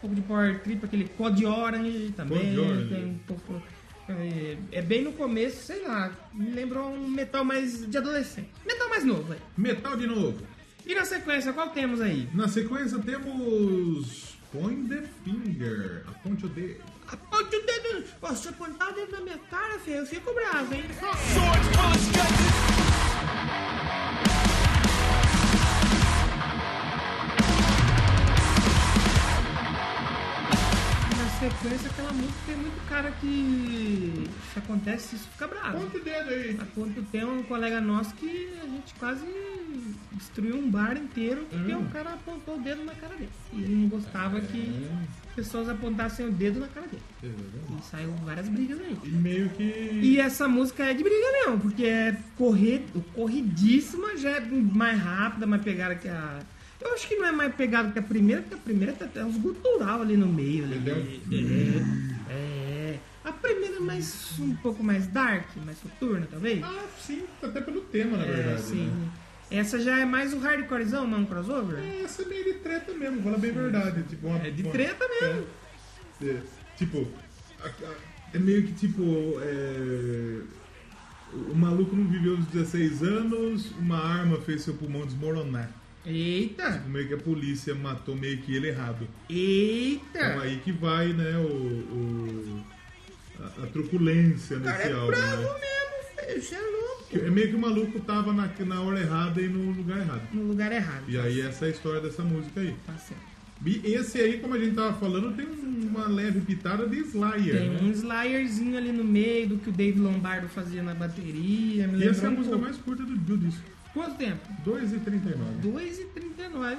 pouco de Power Trip, aquele Code Orange também, Code Orange. tem um pouco... É, é bem no começo, sei lá, me lembrou um metal mais de adolescente. Metal mais novo, aí. Metal de novo. E na sequência, qual temos aí? Na sequência temos Point the Finger, aponte o dedo. Aponte o dedo. Ó, se apontar o dedo na minha cara, filho, eu fico bravo, hein? Na sequência, aquela música tem muito cara que. Se acontece isso, fica bravo. Aponte o dedo aí. Há quanto tem um colega nosso que a gente quase destruiu um bar inteiro porque o cara apontou o dedo na cara dele. E ele não gostava que pessoas apontassem o dedo na cara dele. E saiu várias brigas aí. E meio que. E essa música é de briga mesmo, porque é correr, corridíssima, já é mais rápida, mais pegada que a. Eu acho que não é mais pegada que a primeira, porque a primeira tem até uns gutural ali no meio. ali. Entendeu? É, é. A primeira é mais um pouco mais dark, mais soturna, talvez. Ah, sim, até pelo tema, na É, verdade. sim. né? Essa já é mais o hardcorezão, não? Um crossover? É, Essa é meio de treta mesmo, fala bem a verdade. Tipo, uma- É de uma- treta mesmo. É, é, tipo, a- a- é meio que tipo. é, o maluco não viveu os 16 anos, uma arma fez seu pulmão desmoronar. Eita! Meio que a polícia matou meio que ele errado. Então Eita! aí que vai, né, o. o- a, a truculência Cara, nesse é álbum. bravo né? mesmo, filho. Você é louco. Que- É meio que o maluco tava na, na hora errada e no lugar errado. No lugar errado. E aí essa é a história dessa música aí. Tá certo. E esse aí, como a gente tava falando, tem uma leve pitada de Slayer. Tem né? um slayerzinho ali no meio do que o Dave Lombardo fazia na bateria. Me E essa é lembrou a um música pouco. mais curta do, do disco. Quanto tempo? 2h39. 2h39.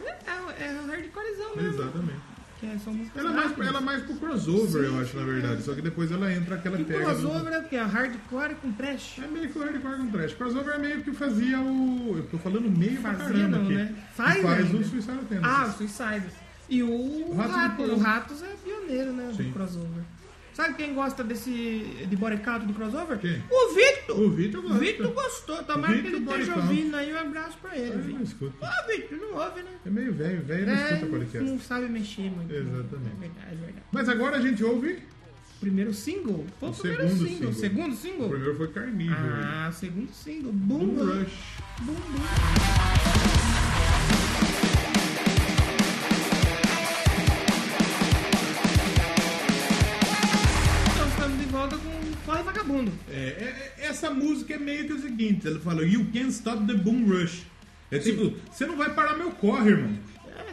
É, é um hardcorezão mesmo. Exatamente. Que é só música Ela é mais, ela é mais pro crossover, eu acho, na verdade. Só que depois ela entra aquela é. E pega. do- crossover é o quê? Hardcore com trash? É meio que o hardcore com trash. Crossover é meio que fazia o. Eu tô falando meio pra Fazia caramba não, aqui. né? Faz faz ainda. o Suicide Tennis. Ah, o Suicide. E o Ratos Ratos, do Crossover. o Ratos é pioneiro, né? Sim. Do crossover. Sabe quem gosta desse. de bodycount do crossover? Quem? O Victor! O Victor gosta. Victor gostou. tá Tomara que Victor ele esteja Bodycount. ouvindo aí. Um abraço pra ele, Ele É, não Victor. escuta. Ô, Victor, não ouve, né? É meio velho, velho não É, escuta podcast. não sabe mexer muito. Exatamente. É verdade, é verdade. Mas agora a gente ouve. Primeiro single? Foi o, O primeiro segundo single. single. Segundo O single? primeiro foi Carnívoro. Ah, segundo single. Boom, Boom boom, Rush. boom, boom. Carnívoro. Então, mundo. É, é, é, essa música é meio que o seguinte: ela fala, You can't stop the boom rush. É tipo, você não vai parar meu corre, irmão.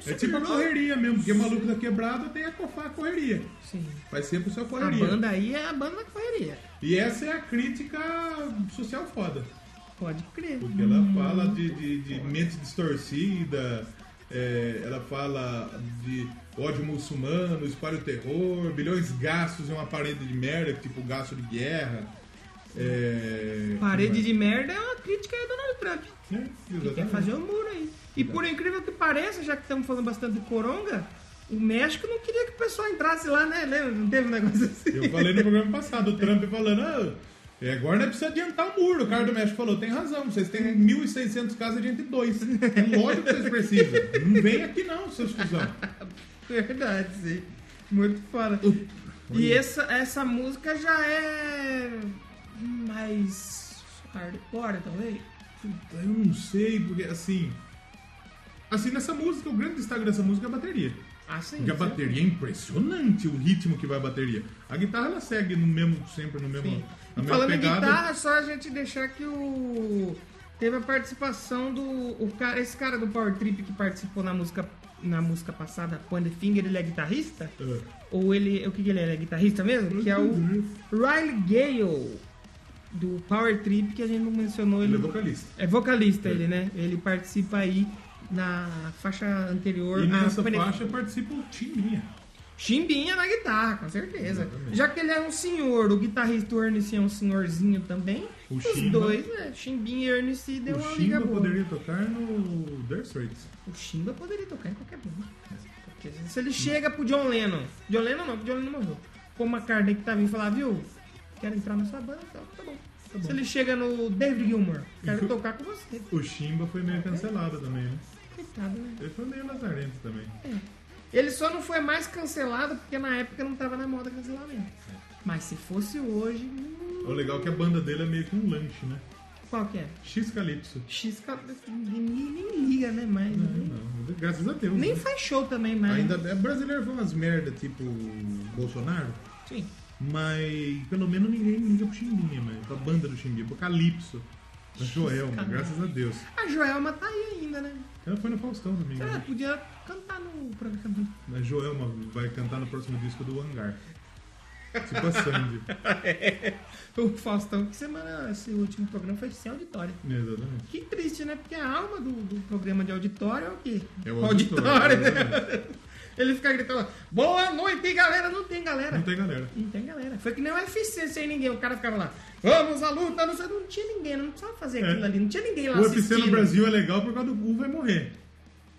É, tipo a correria mesmo, porque maluco da quebrada tem a cofar a correria. Sim. Vai ser pro seu A correria. banda aí é a banda da correria. E essa é a crítica social foda. Pode crer. Porque ela fala de, de, de mente distorcida, é, ela fala de ódio muçulmano, espalha o terror, bilhões gastos em uma parede de merda, tipo gasto de guerra. É, Parede de merda é uma crítica aí do Donald Trump. É, Ele quer exatamente. fazer o muro aí. E por incrível que pareça, já que estamos falando bastante de coronga, o México não queria que o pessoal entrasse lá, né? Lembra? Não teve um negócio assim. Eu falei no programa passado, o Trump falando, ah, é, agora não precisa adiantar o muro. O cara do México falou, tem razão, vocês têm 1.600 casas adiante dois. É lógico que vocês precisam. Não vem aqui não, seus cuzão. Verdade, sim. Muito foda. Uh, E essa, essa música já é mais hardcore, talvez. Então, Eu não sei, porque assim. Assim, nessa música, o grande destaque dessa música é a bateria. Ah, sim. Porque a sim. bateria é impressionante o ritmo que vai a bateria. A guitarra ela segue no mesmo, sempre no mesmo. Sim. Na mesma Falando em pegada. guitarra, é só a gente deixar que o. Teve a participação do. O cara, esse cara do Power Trip que participou na música, na música passada, Panda Finger, ele é guitarrista? Ah, Ou ele. O que, que ele é? Ele é guitarrista mesmo? Que é o Riley Gale, do Power Trip, que a gente não mencionou ele ele. é vocalista. É vocalista ele, né? Ele participa aí na faixa anterior. E à nessa Panda- faixa participa o Timinha. Chimbinha na guitarra, com certeza. Já que ele é um senhor, o guitarrista o Ernest é um senhorzinho também. O os Chimba. dois, né? Chimbinha e Ernest deu O uma liga Chimba boa. poderia tocar no Dire Straits. O Chimba poderia tocar em qualquer banda. Porque se ele chega pro John Lennon. John Lennon não, porque John Lennon morreu. Como a carne que tava vindo falar, viu? Quero entrar na sua banda, tá, tá bom. Se ele chega no David Gilmour, quero tocar com você. O Chimba foi meio cancelado também, né? Coitado, né? Ele foi meio lazarento também. Ele só não foi mais cancelado porque na época não tava na moda cancelamento. Mas se fosse hoje. hum, O legal é que a banda dele é meio que um lanche, né? Qual que é? X Calypso. X cara, ninguém nem liga, né? Mas nem, Não, graças a Deus. nem né? faz show também, mas. Ainda é brasileiro foi umas merda, tipo Bolsonaro, Sim. mas pelo menos ninguém liga pro Chimbinha, mano. Pra banda do Chimbinha, pro Calypso. Pra Joel, mano, graças a Deus. A Joelma tá aí ainda, né? Ela foi no Faustão também, Será né? que podia cantar no programa? A Joelma vai cantar no próximo disco do Hangar. Tipo a Sandy. O Faustão, que semana, esse último programa foi sem auditório. É, Exatamente. Que triste, né? Porque a alma do, do programa de auditório é o quê? É o auditório, é. né? Ele fica gritando lá, boa noite, galera! Não tem galera. Não tem galera. Não tem galera. Foi que nem o UFC sem ninguém. O cara ficava lá, vamos à luta, não sei. Não tinha ninguém, não precisava fazer É. aquilo ali. Não tinha ninguém lá O UFC assistindo. no Brasil é legal por causa do Gu vai morrer.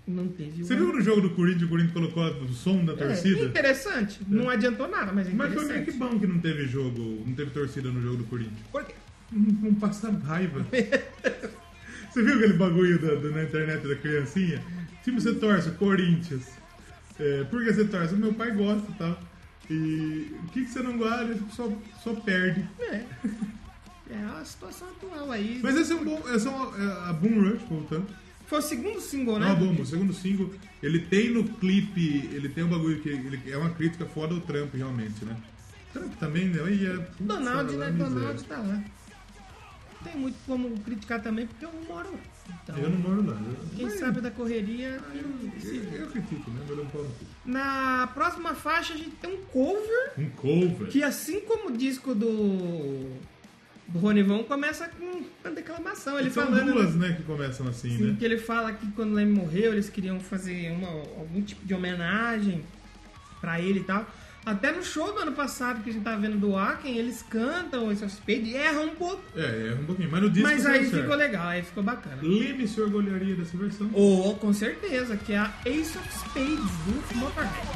Não teve. Você um- viu no jogo do Corinthians, o Corinthians colocou o som da É, torcida? interessante. Não adiantou nada, mas é Mas interessante. foi meio que bom que não teve jogo, não teve torcida no jogo do Corinthians. Por quê? Não passa raiva. Você viu aquele bagulho da- da- na internet da criancinha? Tipo, você torce, o Corinthians. É, por que você torce? Meu pai gosta e tal. E o que, que você não gosta? Só, só perde. É. É a situação atual aí. Mas esse é um bom. Essa é uma, é a Boom Rush, voltando. Foi o segundo single, né? Não, a Boom, o Ah, segundo single. Ele tem no clipe. Ele tem um bagulho que ele, é uma crítica foda ao Trump, realmente, né? Trump também, né? Olha, Donald, putz, né? ela miséria. Donald tá lá. Não Tem muito como criticar também, porque eu não moro. lá. Então, Eu não moro lá. Eu, quem sabe da correria. eu, eu critico, né? Meu pau no cu. Na próxima faixa a gente tem um cover Um cover. que, assim como o disco do. Do Ronivon começa com uma declamação. Ele São falando. né? duas, né, que começam assim, Sim, né? que ele fala que quando Leme morreu, eles queriam fazer uma, algum tipo de homenagem pra ele e tal. Até no show do ano passado que a gente tava vendo do Aken, eles cantam esse suspeito e erram um pouco. É, é um pouquinho. Mas no disco mas deu aí certo. ficou legal, aí ficou bacana. Leme se orgulharia dessa versão. Ou, Oh, com certeza, que é a Ace of Spades do Motorhead.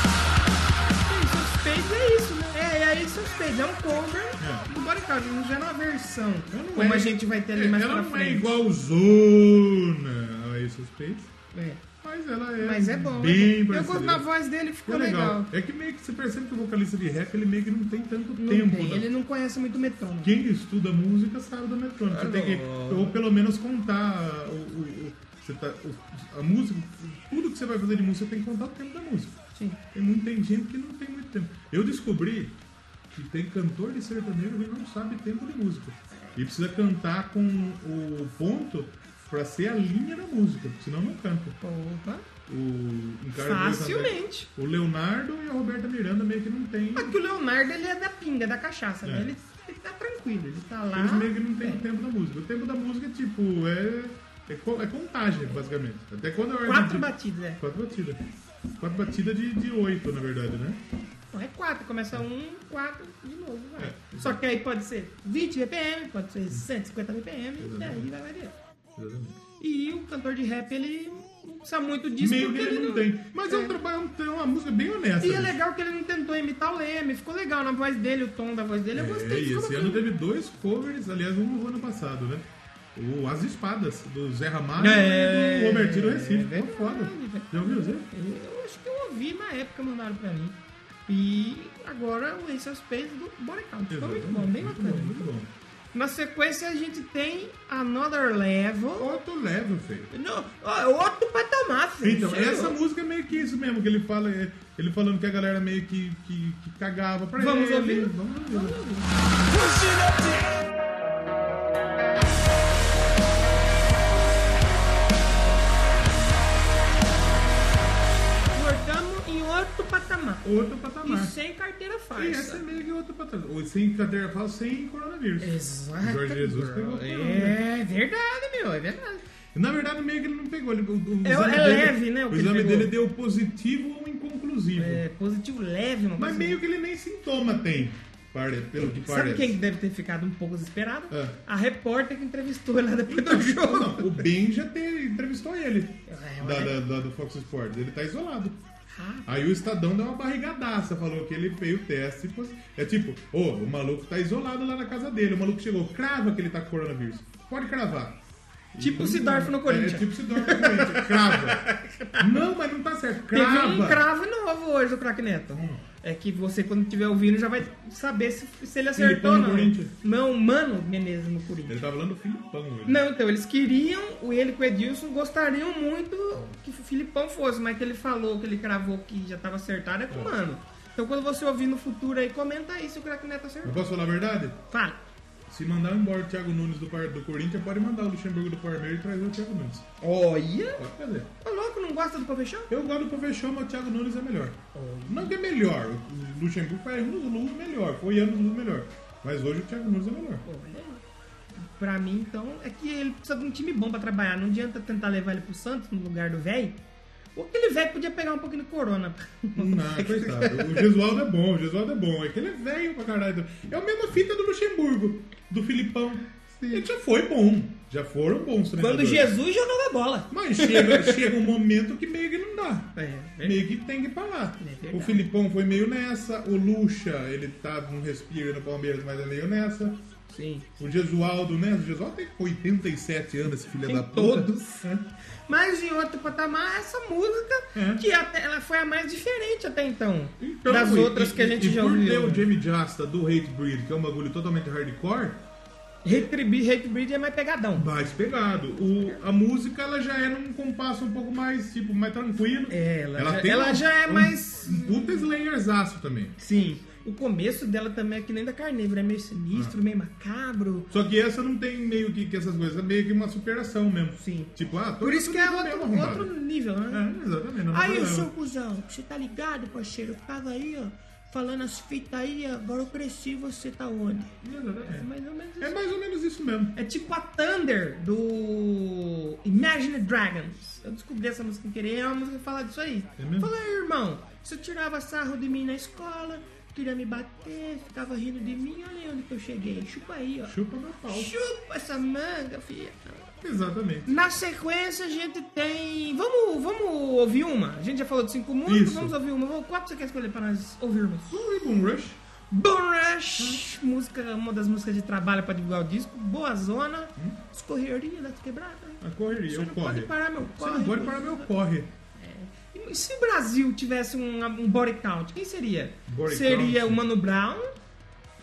Ace of Spades é isso, né? É, é a Ace of Spades, é um cover É. do Body Count, não já é uma versão, Ela não como é- a gente vai ter ali é, mais Ela pra não frente. é igual Zona a Ace of Spades. É. Mas ela é. Mas é bom. Bem eu brasileira. gosto da voz dele, ficou Ficou legal. legal. É que meio que você percebe que o vocalista de rap ele meio que não tem tanto Não tempo. tem, né? ele não conhece muito metrônomo. Quem estuda música sabe da metrônica. Você Ah, tem que, não. ou pelo menos contar o, o- o- você tá- o- a música, tudo que você vai fazer de música, você tem que contar o tempo da música. Sim. Tem, muito, tem gente que não tem muito tempo. Eu descobri que tem cantor de sertanejo que não sabe tempo de música. E precisa cantar com o ponto pra ser a linha da música, senão não canta. Opa. O, um cara que vai cantar- Facilmente. O Leonardo e a Roberta Miranda meio que não tem. Mas que o Leonardo ele é da pinga, da cachaça, né? É. Ele, ele tá tranquilo, ele tá lá. Eles meio que não tem o tempo da música. O tempo da música, tipo, é, é, co- é contagem, basicamente. Até quando eu era Quatro de- batidas, é. Quatro batidas. Quatro batidas de, de oito, na verdade, né? Não é quatro, começa um, quatro, de novo, vai. É. Só que aí pode ser 20 BPM, pode ser 150 BPM, e aí vai variar. Exatamente. E o cantor de rap, ele não precisa muito disso Meio que porque ele não tem. Mas é, um trabalho, é uma música bem honesta. né? E é bicho. legal que ele não tentou imitar o Leme, ficou legal na voz dele, o tom da voz dele, eu É, gostei. e ficou esse bacana. ano teve dois covers, aliás, um no ano passado, né? O As Espadas, do Zé Ramalho É, e do Robertinho Recife. é Ficou foda. verdade, Já ouviu, Zé? Eu acho que eu ouvi na época, mandaram pra mim. E agora o Ace of Spades do Bodycount. Ficou muito bom, bem Muito bacana. bom, muito bom. Na sequência a gente tem Another Level. Outro level, feio. Não, ó, é outro patamar, filho. Então, Sério? essa música é meio que isso mesmo, que ele fala, é, ele falando que a galera meio que, que, que cagava pra Vamos ele. ouvir? Vamos ouvir. Vamos ouvir. Cortamos em outro patamar. Outro é patamar. E sem carteira E essa é farsa. meio que outro patamar. Ou Sem cadeira fala, sem coronavírus. Exato. Jorge Jesus bro. pegou né? o coronavírus. É verdade, meu, é verdade. Na verdade, meio que ele não pegou. Ele, o, o É- exame é dele, leve, né, o O, que ele exame pegou. dele deu positivo ou inconclusivo. É, positivo leve, uma Mas coisa assim. meio que ele nem sintoma tem, pare- pelo que Sabe parece. quem deve ter ficado um pouco desesperado? É. A repórter que entrevistou ele lá depois do jogo. Então, Não, o Ben já te- entrevistou ele. É, da, olha. da- da- do Fox Sports. Ele tá isolado. Ah. Aí o Estadão deu uma barrigadaça, falou que ele fez o teste. e pos- É tipo, ô, o maluco tá isolado lá na casa dele. O maluco chegou, crava que ele tá com coronavírus. Pode cravar. Tipo o Sidorf no É, Corinthians. tipo se dorme no Corinthians, crava. não, mas não tá certo, crava. Hum. Teve um cravo novo hoje do Crack Neto. É que você, quando estiver ouvindo, já vai saber se, se ele acertou Filipão ou tá no não. Corinthians. Não, Mano Menezes no Corinthians. Ele tá falando do Filipão. Ele. Não, então, eles queriam, o ele com o Edilson, gostariam muito que o Filipão fosse, mas que ele falou, que ele cravou que já tava acertado, é com o Mano. Então, quando você ouvir no futuro aí, comenta aí se o Crack Neto Eu acertou. posso falar a verdade? Fala. Se mandar embora o Thiago Nunes do, Par- do Corinthians, pode mandar o Luxemburgo do Palmeiras e trazer o Thiago Nunes. Olha! Pode fazer. Ô, louco, não gosta do Pavechão? Eu gosto do Pavechão, mas o Thiago Nunes é melhor. Não que é melhor, o Luxemburgo foi anos luz melhor, foi anos luz melhor. Mas hoje o Thiago Nunes é melhor. Olha aí. Pra mim, então, é que ele precisa de um time bom pra trabalhar. Não adianta tentar levar ele pro Santos no lugar do velho. Ou aquele velho podia pegar um pouquinho de corona. Não, coitado. O Gesualdo é bom, o Gesualdo é bom. É que ele é velho pra caralho. É a mesma fita do Luxemburgo, do Filipão. Ele já foi bom. Já foram bons Quando treinadores. Jesus jogava bola. Mas chega, chega um momento que meio que não dá. É, Meio que tem que parar. É verdade. o Filipão foi meio nessa. O Lucha, ele tá num respiro no Palmeiras, mas é meio nessa. sim. O Jesualdo, né? O Jesualdo tem 87 anos, esse filho da puta. todos. Mas em outro patamar, essa música, É. que até, ela foi a mais diferente até então. Então, das e- outras e- que a gente e já por ter ouviu. né? o Jamie Jasta do Hate Breed, que é um bagulho totalmente hardcore, Retribir, Hatebreed é mais pegadão. mais pegado. O, a música, ela já é num compasso um pouco mais, tipo, mais tranquilo. É, ela já- tem ela já é mais- Um puta slayerzaço também. Sim. O começo dela também é que nem da Carnívora. É meio sinistro, meio macabro. Ah. Só que essa não tem meio que, que essas coisas, é meio que uma superação mesmo. Sim. Tipo, ah, tô Por isso que é tô mesmo outro, arrombado. outro nível, né? É, exatamente. não tem Aí, problema. o seu cuzão, você tá ligado, parceiro? Eu tava aí, ó, falando as fitas aí, agora eu cresci, você tá onde? É Exatamente. mais ou menos É isso. mais ou menos isso mesmo. É tipo a Thunder do Imagine Dragons. Eu descobri essa música em querer, é uma música que fala disso aí. É mesmo? Fala aí, irmão, você tirava sarro de mim na escola, queria me bater, ficava rindo de mim, olha aí onde que eu cheguei. Chupa aí, ó. Chupa meu pau. Chupa essa manga, filha. Exatamente. Na sequência a gente tem. Vamos, vamos ouvir uma. A gente já falou de cinco músicas, Isso. vamos ouvir uma. Qual que você quer escolher para nós ouvirmos? Vamos ouvir Boom Rush. Bon Rush, música, uma das músicas de trabalho pra divulgar o disco. Boa Zona, escorreria das quebradas. A correria, Você Hum? eu não corre. pode parar meu Você corre, não pode meu. parar meu corre. E se o Brasil tivesse um, um body count, quem seria? Body seria count. o Mano Brown.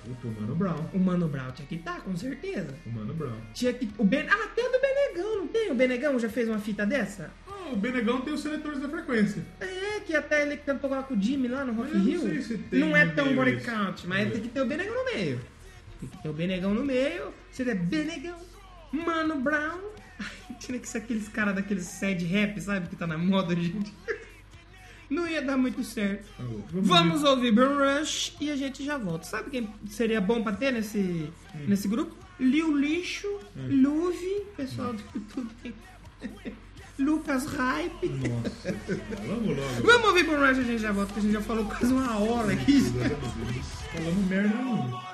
Puta, o Mano Brown. O Mano Brown tinha que estar, com certeza. O Mano Brown. Tinha que. O ben... Ah, até do Benegão, não tem? O Benegão já fez uma fita dessa? Ah, o Benegão tem os seletores da frequência. É, que até ele cantou lá com o Jimmy lá no Rock Eu não Hill. sei se tem não é no tão meio body isso. count, mas É. tem que ter o Benegão no meio. Tem que ter o Benegão no meio, seria Benegão, Mano Brown. Ai, Tinha que ser aqueles caras daqueles sad rap, sabe? Que tá na moda hoje em dia. Não ia dar muito certo. Tá louco. Vamos ouvir Burn Rush e a gente já volta. Sabe quem seria bom pra ter nesse, Hum. nesse grupo? Liu Lixo, Luve, pessoal do YouTube. Lucas Hype. ver. Nossa, senhora, vamos logo. Vamos ouvir Burn Rush e a gente já volta, porque a gente já falou quase uma hora aqui. Falamos merda ainda.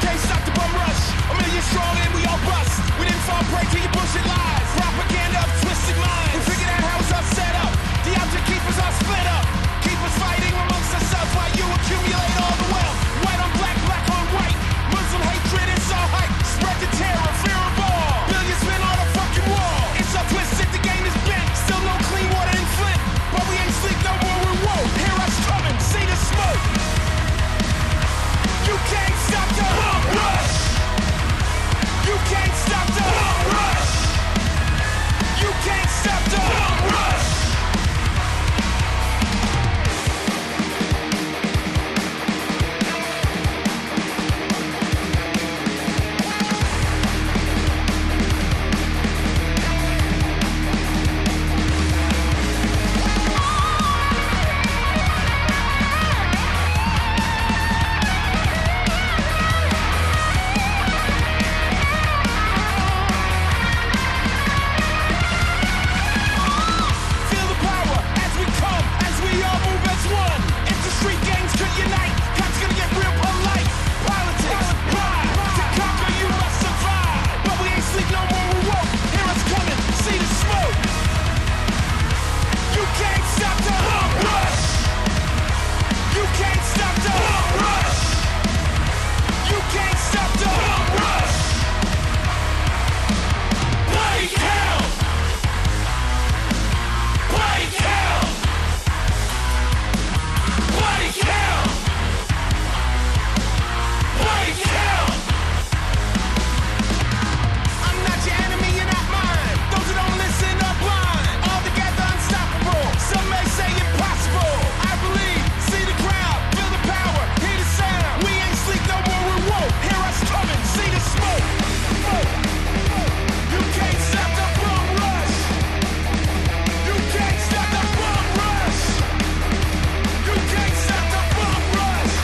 Can't stop the bum rush. A million strong and we all bust. We didn't fall prey to your bullshit lies. Propaganda of twisted minds. We figured out how it's all set up. The object keepers are split up. Keep us fighting amongst ourselves while you accumulate all the wealth. White on black, black on white. Muslim hatred, it's all hype. Spread the terror, fear of all. Billions spent on a fucking wall. It's all twisted, the game is bent. Still no clean water in Flint. But we ain't sleep no more, we won't. Hear us drumming, see the smoke. You can't stop the bum rush. You can't stop the bum rush. You can't stop the bum rush. Feel the power as we come, as we all move as one. If the street gangs could unite, cops gonna get real polite. Politics, pride, to conquer you must survive. But we ain't sleep no more, we woke. Hear us coming, see the smoke. You can't stop the bum rush. You can't stop the bum rush. You can't stop the bum rush. Blake hell. Bloody hell! Bloody hell! Bloody hell! I'm not your enemy, you're not mine. Those who don't listen are blind. Altogether unstoppable. Some may say impossible. I believe. See the crowd, feel the power, hear the sound. We ain't sleep no more, we woke. Hear us coming, see the smoke. Smoke. You can't stop the bomb rush. You can't stop the bomb rush. You can't stop the bomb rush.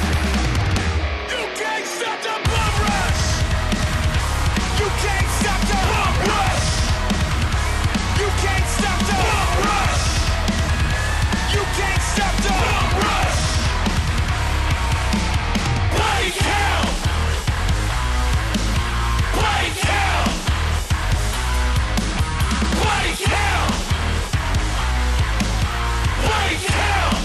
You can't stop the bomb rush. You can't stop the bomb rush. You can't stop the bomb rush. You can't stop the bomb rush. Bloody hell. Bloody hell. Bloody hell. Bloody hell.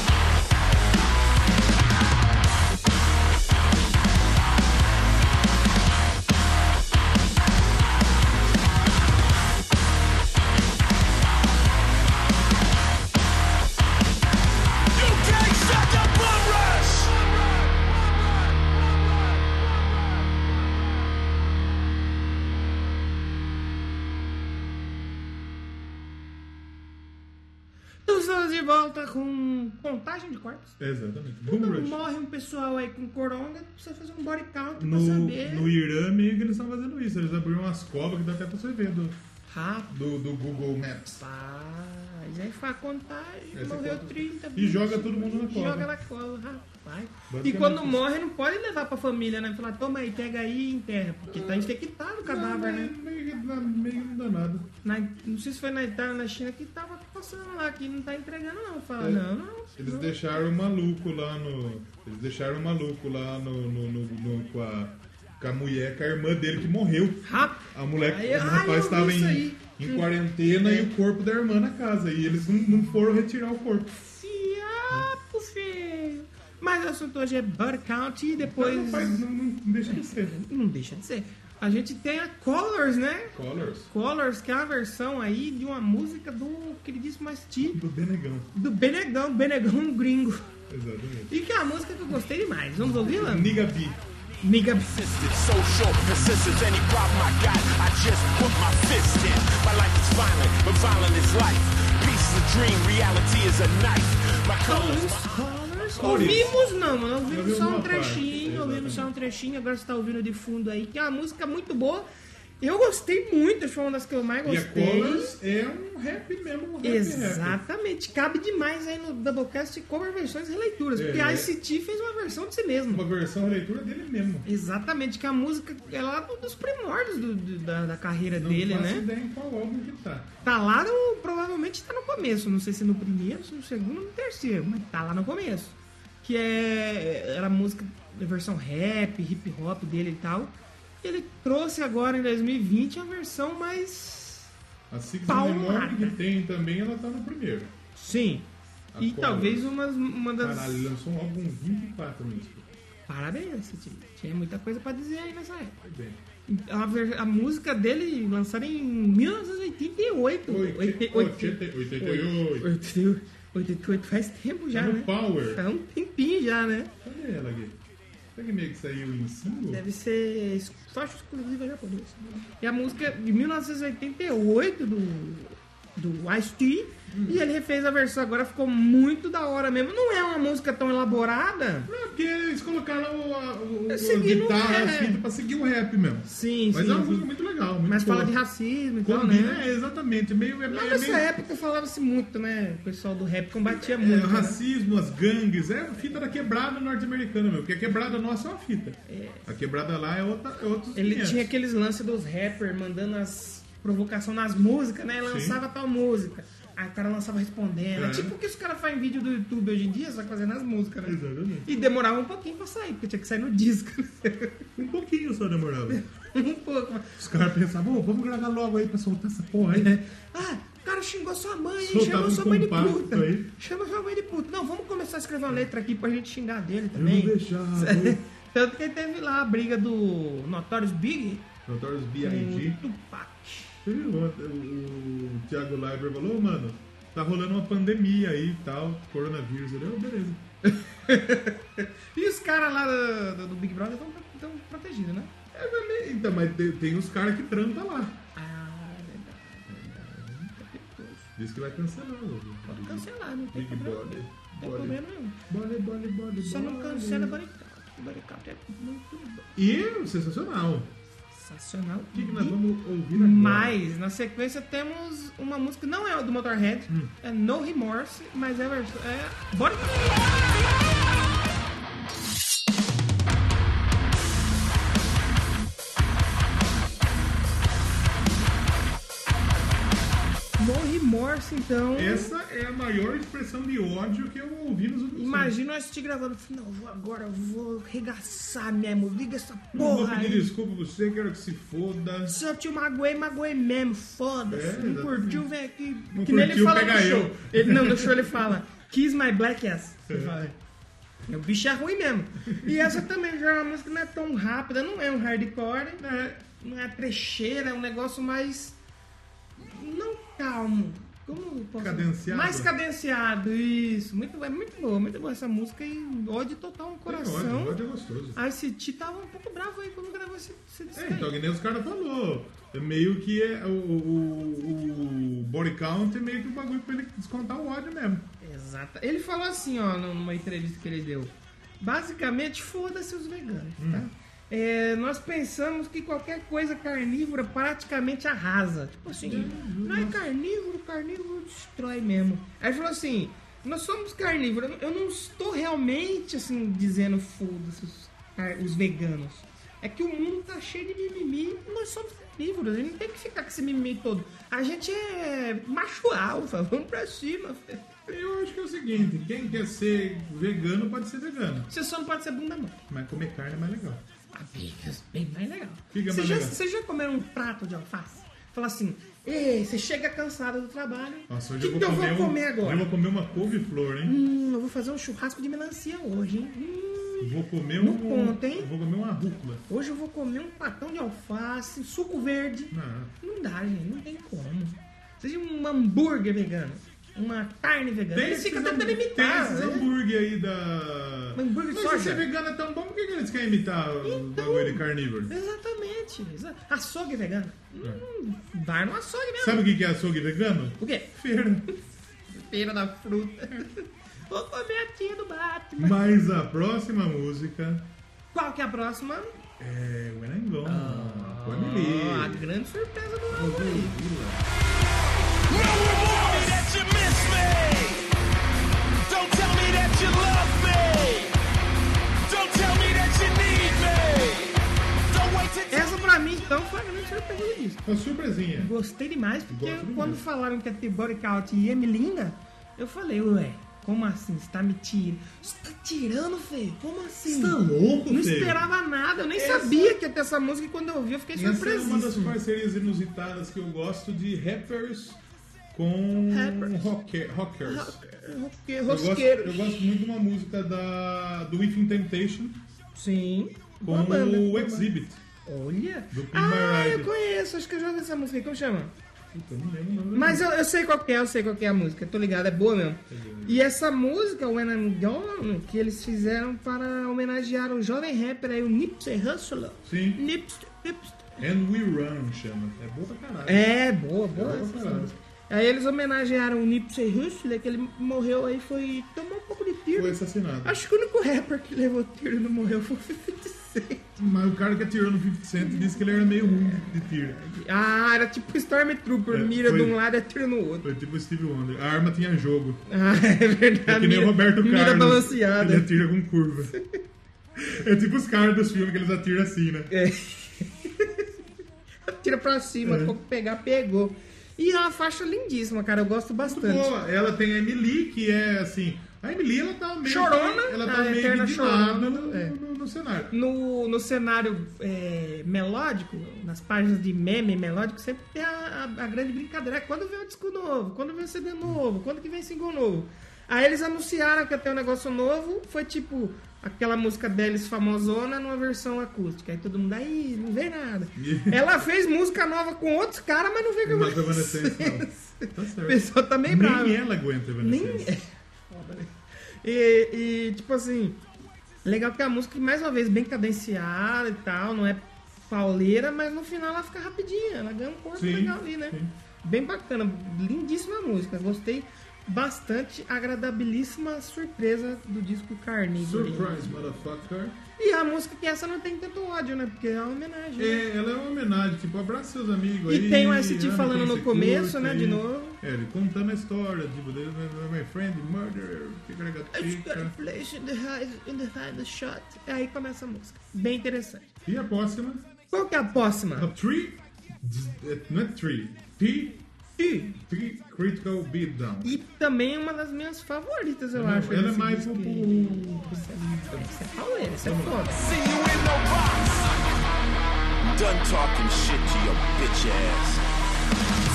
You can't stop the bum rush! Então estamos de volta com contagem de corpos. É, Exatamente. Quando Boom Rush. morre um pessoal aí com coronga, precisa fazer um body count No, pra saber. no Irã, meio que eles estão fazendo isso. Eles abriram umas covas que dá até pra você ver do, Rapaz, do, do Google Maps. aí faz a contagem, Aí você morreu conta. 30. E joga todo mundo na cova. Joga na cola, rapaz. E Basicamente quando isso. morre, não pode levar pra família, né? Falar, toma aí, pega aí e enterra. Porque tá infectado o cadáver, meio, né? Meio, que dá- meio que danado. Na- não sei se foi na Itália ou na China que tava passando lá, que não tá entregando, não. Fala, É. não, não. Eles não. deixaram o maluco lá no. Eles deixaram o maluco lá no. no, no, no- com a. com a mulher, com a irmã dele que morreu. Rap- A moleque, Aí, o ai, eu rapaz vi estava isso em, aí. em quarentena e o corpo da irmã na casa. E eles não, não foram retirar o corpo. Fiapo, feio. Mas o assunto hoje é Butter Count e Não, depois. faz- não, não deixa de ser. né? Não deixa de ser. A gente tem a Colors, né? Colors. Colors, que é a versão aí de uma música do queridíssimo Asti, Do Benegão. do Benegão, Benegão gringo. Exatamente. E que é a música que eu gostei demais. Vamos ouvi-la? Niga B. Nigga. persistent, social persistence. Any problem I got, I just put my fist in. My life is violent, but violent is life. Peace is a dream, reality is a knife. My colors, my Colors. Ouvimos não, mano. Ouviu Ouvimos só um uma parte, trechinho, ouvimos exatamente. só um trechinho. Agora você tá ouvindo de fundo aí, que é uma música muito boa. Eu gostei muito, foi uma das que eu mais E a gostei. Colors é um rap mesmo. Um rap, rap. Exatamente. Cabe demais aí no Doublecast cover versões e releituras. É, porque a é. ICT fez uma versão de si mesmo. Uma versão releitura dele mesmo. Exatamente, que a música é lá do- dos primórdios do- do- da, da carreira Não dele, faço né? ideia em qual álbum que tá. Tá lá no. Provavelmente tá no começo. Não sei se no primeiro, se no segundo, no terceiro, mas tá lá no começo. Que é. Era a música da versão rap, hip hop dele e tal. Ele trouxe agora em 2020 a versão mais. A Six Paulada. Memória que tem também, ela tá no primeiro. Sim. A E qual? talvez uma, uma das. Caralho, ele lançou um álbum com 24 músicas. Parabéns, Titi. Tinha muita coisa pra dizer aí nessa época. Foi bem. A, ver- a música dele lançada em 1988. Oito- Oite- oitenta- oito- 88. oito- 88 faz tempo já, Tá no né? Power. Faz um tempinho já, né? Cadê ela aqui? Será que meio que saiu em single? Deve ser ex- só exclusiva japonesa. E a música é de 1988 do, do Ice-T. E ele refez a versão agora, ficou muito da hora mesmo. Não é uma música tão elaborada. Não, Ah, porque eles colocaram o, a- o, o, Seguindo a guitarra, o rap. as fitas pra seguir o rap mesmo. Sim, Mas sim. é uma sim. música muito legal. Muito Mas fala boa. de racismo e tal, Combina, né? é, exatamente. Meio, é, Mas meio, é nessa meio época falava-se muito, né? O pessoal do rap combatia é, muito. né? racismo, as gangues. É a fita da quebrada norte-americana, meu. Porque a quebrada nossa é uma fita. A quebrada lá é outra. É outros Ele 500. tinha aqueles lances dos rappers mandando as provocação nas músicas, né? Lançava tal música. Aí o cara lançava respondendo. É É. tipo o que os caras fazem em vídeo do YouTube hoje em dia, só que fazendo as músicas, né? Exatamente. E demorava um pouquinho pra sair, porque tinha que sair no disco. né? Um pouquinho só demorava. um pouco. mas- Os caras pensavam, "Ô, vamos gravar logo aí pra soltar essa porra aí. Ah, o cara xingou sua mãe, hein? Soltava Chamou um sua mãe de compacto puta. aí. Chama sua mãe de puta. Não, vamos começar a escrever uma letra aqui pra gente xingar dele Eu não também. deixava. Tanto que teve lá a briga do Notorious Big Notorious com B.I.G. o Tupac. Você viu? O, o Thiago Leibler falou, "Ô, mano, tá rolando uma pandemia aí e tal, coronavírus. Ele, "Ô, beleza. E os caras lá do, do- do Big Brother estão protegidos, né? É, mas me- então, mas tem, tem os caras que trampam lá. Ah, é verdade. Diz que vai cancelar. o- o- Cancelar, é não tem Big problema. Brother. Não tem problema nenhum. Bole, bole, bole, Só não bole. cancela o Baricato. O Baricato é muito bom. E é sensacional. Sensacional. O que, que nós vamos ouvir agora? Mas, na sequência, temos uma música, não é do Motorhead, Hum. é No Remorse, mas é a versão. É. Bora! No Remorse, então. Essa é a maior expressão de ódio que eu ouvi nos últimos Imagina nós te gravando. Não, eu vou agora, eu vou arregaçar mesmo. Liga essa Não vou porra pedir aí. desculpa pra você, quero que se foda. Se eu te magoei, magoei mesmo, foda-se. É, não exatamente. curtiu, vem aqui. Não que nem ele curtiu, fala no pega show. eu. É. Ele, não, no show ele fala, kiss my black ass. Ele fala, o bicho é ruim mesmo. E essa também já é uma música que não é tão rápida, não é um hardcore, não é, não é trecheira, é um negócio mais. Não calmo. Como eu posso Cadenciado. Mais cadenciado, isso. Muito, é muito boa, muito boa essa música e ódio total no Tem um coração. Ódio, ódio é gostoso. A ICT tava um pouco bravo aí quando gravou esse, esse disco É, aí. então, que nem os caras falou. É meio que é o, o, o- o body count é meio que o bagulho pra ele descontar o ódio mesmo. Exata. Ele falou assim, ó, numa entrevista que ele deu. Basicamente, foda-se os veganos, tá? É, nós pensamos que qualquer coisa carnívora praticamente arrasa. Tipo assim, não é carnívoro, carnívoro destrói mesmo. Aí ele falou assim, nós somos carnívoros. Eu não estou realmente, assim, dizendo foda-se os, car- os veganos. É que o mundo tá cheio de mimimi e nós somos carnívoros. A gente não tem que ficar com esse mimimi todo. A gente é macho alfa, vamos pra cima, filho. Eu acho que é o seguinte, quem quer ser vegano pode ser vegano. Você só não pode ser bunda mole. Mas comer carne é mais legal. Amigos, Ah, bem mais legal. Fica Você é mais já, legal. você já comeu um prato de alface? Fala assim, ei, você chega cansado do trabalho. Nossa, o hoje que eu vou que comer, eu um- vou comer agora? Eu vou comer uma couve-flor, hein? Hum, eu vou fazer um churrasco de melancia hoje, hein? Hum, Vou comer No um. ponto, hein? Vou comer uma rúcula. hoje eu vou comer um patão de alface, suco verde. Não. Não dá, gente, não tem como. Seja um hambúrguer vegano, uma carne vegana. Eles ficam esses tentando hambú- imitar. Tem esses né? hambúrguer aí da. Um hambúrguer de Mas se soja. Então. você é vegano é tão bom, por que que eles querem imitar o bagulho de carnívoro? É. Exatamente. exa- Açougue vegano. Hum, vai no açougue mesmo. Sabe o que que é açougue vegano? O quê? Feira. Feira da fruta. Vou comer a tia do Batman. Mas a próxima música Qual que é a próxima? é When I'm Gone. Ah, Oh, Ó, a grande surpresa do álbum aí. No reward that you miss me. Don't tell me that you love me. Don't tell me that you need me. Don't wait to tell Essa pra mim, então, foi a grande surpresa do disco. Uma surpresinha. Gostei demais, porque Gosto quando demais. falaram que é Tibori Out e Emelinda, eu falei, ué, como assim? Você tá me tirando? Você tá tirando, feio? Como assim? Você tá louco, Não feio? esperava nada, eu nem Essa- sabia que ia ter essa música e quando eu ouvi eu fiquei Essa é uma das surpresíssimo. parcerias inusitadas que eu gosto de rappers com Rappers. rocker- rockers. Roque- Eu gosto, Rosqueiro. eu gosto muito de uma música da, do Within Temptation Sim. com Boa banda. o Exhibit. Olha. Do Pimp My Ah, Ride. eu conheço, acho que eu já ouvi essa música aí. Como chama? Puta, eu não lembro o nome da Mas eu, eu sei qual que é, eu sei qual que é a música, eu tô ligado, é boa mesmo. E essa música, When I'm Gone, que eles fizeram para homenagear o jovem rapper aí, o Nipsey Hussle. Sim. Nipsey, Nipsey. And We Run chama. É boa pra caralho. É, boa, boa. boa pra essa caralho. música. Aí eles homenagearam o Nipsey Hussle, que ele morreu aí, foi tomou um pouco de tiro. Foi assassinado. Acho que o único rapper que levou tiro e não morreu foi o 50 Cent. Mas o cara que atirou no 50 Cent disse que ele era meio ruim de tiro. Ah, era tipo Stormtrooper, É, mira foi- de um lado e atira no outro. Foi tipo o Steve Wonder. A arma tinha jogo. Ah, é É verdade. que nem o Roberto Carlos. Mira Ele balanceada. atira com curva. É tipo os caras dos filmes que eles atiram assim, né? É. Tira pra cima, É. ficou que pegar, pegou. E é uma faixa lindíssima, cara. Eu gosto bastante. Boa, ela tem a Emily, que é assim. A Emily, ela tá meio. Chorona, Ela a tá meio eterna de lado chorona, no, é. no- no cenário. No, no cenário é, melódico, nas páginas de meme melódico, sempre tem a, a- a grande brincadeira. É, Quando vem o disco novo? Quando vem o CD novo? Quando que vem single novo? Aí eles anunciaram que ia ter um negócio novo. Foi tipo aquela música deles famosona numa versão acústica. Aí todo mundo, aí, não vem nada. Ela fez música nova com outros caras, mas não veio com Mas a Evanescence não. Tá O certo. pessoal tá meio Nem é, bravo. ela aguenta a Nem Evanescence. é. Foda, né? E, e, tipo assim, legal que a música, mais uma vez, bem cadenciada e tal, não é pauleira, mas no final ela fica rapidinha, ela ganha um corpo Sim, legal ali, né? sim. Bem bacana, lindíssima música, gostei bastante, agradabilíssima surpresa do disco Carnívoro. Surprise, motherfucker. E a música que essa não tem tanto ódio, né? Porque é uma homenagem. né? É, ela é uma homenagem, tipo, abraça seus amigos aí. E tem o ST ama falando quem no você começo, curte né, aí. de novo. É, ele contando a história, tipo, "They were my friend, murderer, É, fica I've got a gatica. flash in the eyes, in the eye, the shot. Aí começa a música. Bem interessante. E a próxima? Qual que é a A próxima? Tree. Não é Tree. P. E, P. Critical Beatdown. e também é uma das minhas favoritas, eu Não, acho. ela é desse mais disco pro- aí. Isso é- Isso é pauleira, isso é foda. see you in the box. Done talking shit to your bitch ass.